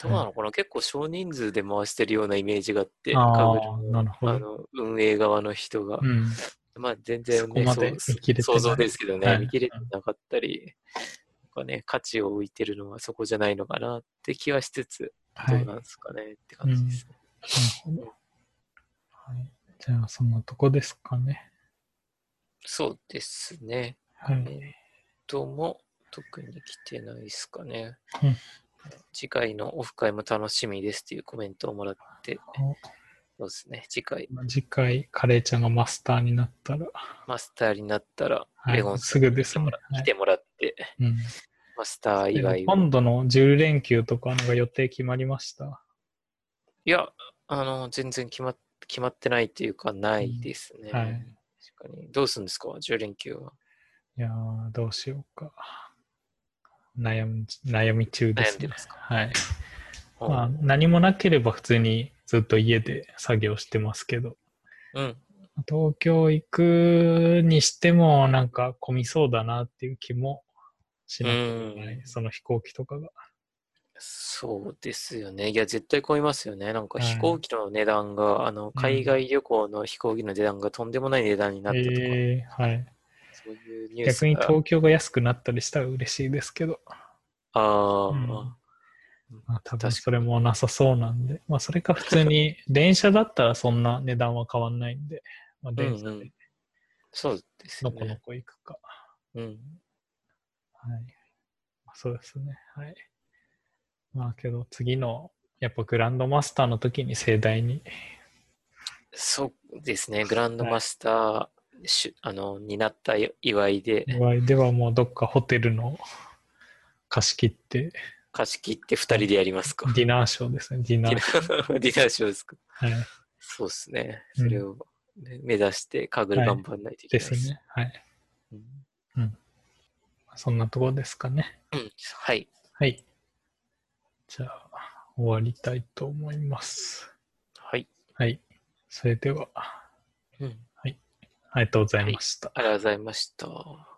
Speaker 2: どうなのかな、結構少人数で回してるようなイメージがあって、
Speaker 1: あ
Speaker 2: か
Speaker 1: あ
Speaker 2: ぶる
Speaker 1: ー、なるほど。
Speaker 2: あの運営側の人が
Speaker 1: う。ん。
Speaker 2: まあ全然
Speaker 1: そこまで
Speaker 2: そう
Speaker 1: 見切れてない
Speaker 2: 想像ですけどね、
Speaker 1: はい
Speaker 2: 見切れてなかったり、なんかね、価値を置いてるのはそこじゃないのかなって気はしつつ、
Speaker 1: はい。
Speaker 2: どうなんですかねって感じですね。
Speaker 1: なるほどはい、じゃあ、そんなとこですかね。
Speaker 2: そうですね。
Speaker 1: は
Speaker 2: え
Speaker 1: い。
Speaker 2: っとも特に来てないですかね。
Speaker 1: うん
Speaker 2: 次回のオフ会も楽しみですというコメントをもらって、
Speaker 1: こ
Speaker 2: そうですね。次回
Speaker 1: う次回、カレーちゃんがマスターになったら、
Speaker 2: マスターになったら、
Speaker 1: はい
Speaker 2: レゴン
Speaker 1: す
Speaker 2: さん
Speaker 1: ぐ
Speaker 2: に
Speaker 1: で
Speaker 2: 来
Speaker 1: す
Speaker 2: て
Speaker 1: ね
Speaker 2: もら,、
Speaker 1: はい
Speaker 2: 来てもらって、
Speaker 1: うん、
Speaker 2: マスター以外は
Speaker 1: 今度の10連休とかなんか予定決まりました。
Speaker 2: いや、あの、全然決まっ決まってないというか、ないですね。
Speaker 1: はい
Speaker 2: 確かに。どうするんですか ?10 連休は。
Speaker 1: いやー、どうしようか。悩み悩み中です、
Speaker 2: 悩んで
Speaker 1: ね
Speaker 2: ます。か
Speaker 1: はい。
Speaker 2: うん
Speaker 1: まあ、何もなければ普通にずっと家で作業してますけど、
Speaker 2: うん。
Speaker 1: 東京行くにしてもなんか混みそうだなっていう気もしなくもない、
Speaker 2: うん
Speaker 1: その飛行機とかが。
Speaker 2: そうですよね。いや、絶対混みますよね。なんか
Speaker 1: はい
Speaker 2: 飛行機の値段が、あの、海外旅行の飛行機の値段がとんでもない値段になったとか、
Speaker 1: えーはい、
Speaker 2: そういうニュース
Speaker 1: 逆
Speaker 2: が。
Speaker 1: に東京が安くなったりしたら嬉しいですけど、
Speaker 2: ああ、
Speaker 1: うん
Speaker 2: ま
Speaker 1: まあ、多
Speaker 2: 確か
Speaker 1: 分
Speaker 2: に
Speaker 1: それもなさそうなんで、まあ、それか普通に電車だったらそんな値段は変わんないんで、まあ、電車
Speaker 2: うんう
Speaker 1: で
Speaker 2: んそうですよ
Speaker 1: のこの
Speaker 2: ね。
Speaker 1: こ行くか。
Speaker 2: うん。
Speaker 1: はい。まあそうですね。はい。まあけど次の、やっぱグランドマスターの時に盛大に。
Speaker 2: そうですね。グランドマスターしゅ、あの、になった祝いで、
Speaker 1: ではもうどっかホテルの貸し切って、
Speaker 2: 貸し切って二人でやりますか。
Speaker 1: ディナーショーですね。ディナ
Speaker 2: ディ
Speaker 1: ー
Speaker 2: ナ
Speaker 1: シ
Speaker 2: ー、ディナーショーですか。
Speaker 1: ョー。はい。
Speaker 2: そうですね。
Speaker 1: う
Speaker 2: そ
Speaker 1: ん
Speaker 2: れをね目指して、かぐる頑張んないといけ
Speaker 1: で
Speaker 2: ない
Speaker 1: すね。はい。
Speaker 2: うん
Speaker 1: そんなとこですかね。
Speaker 2: うんはい。
Speaker 1: はい。じゃあ、終わりたいと思います。
Speaker 2: はい。
Speaker 1: はい。それでは、
Speaker 2: うん
Speaker 1: ありがとうございました。
Speaker 2: ありがとうございました。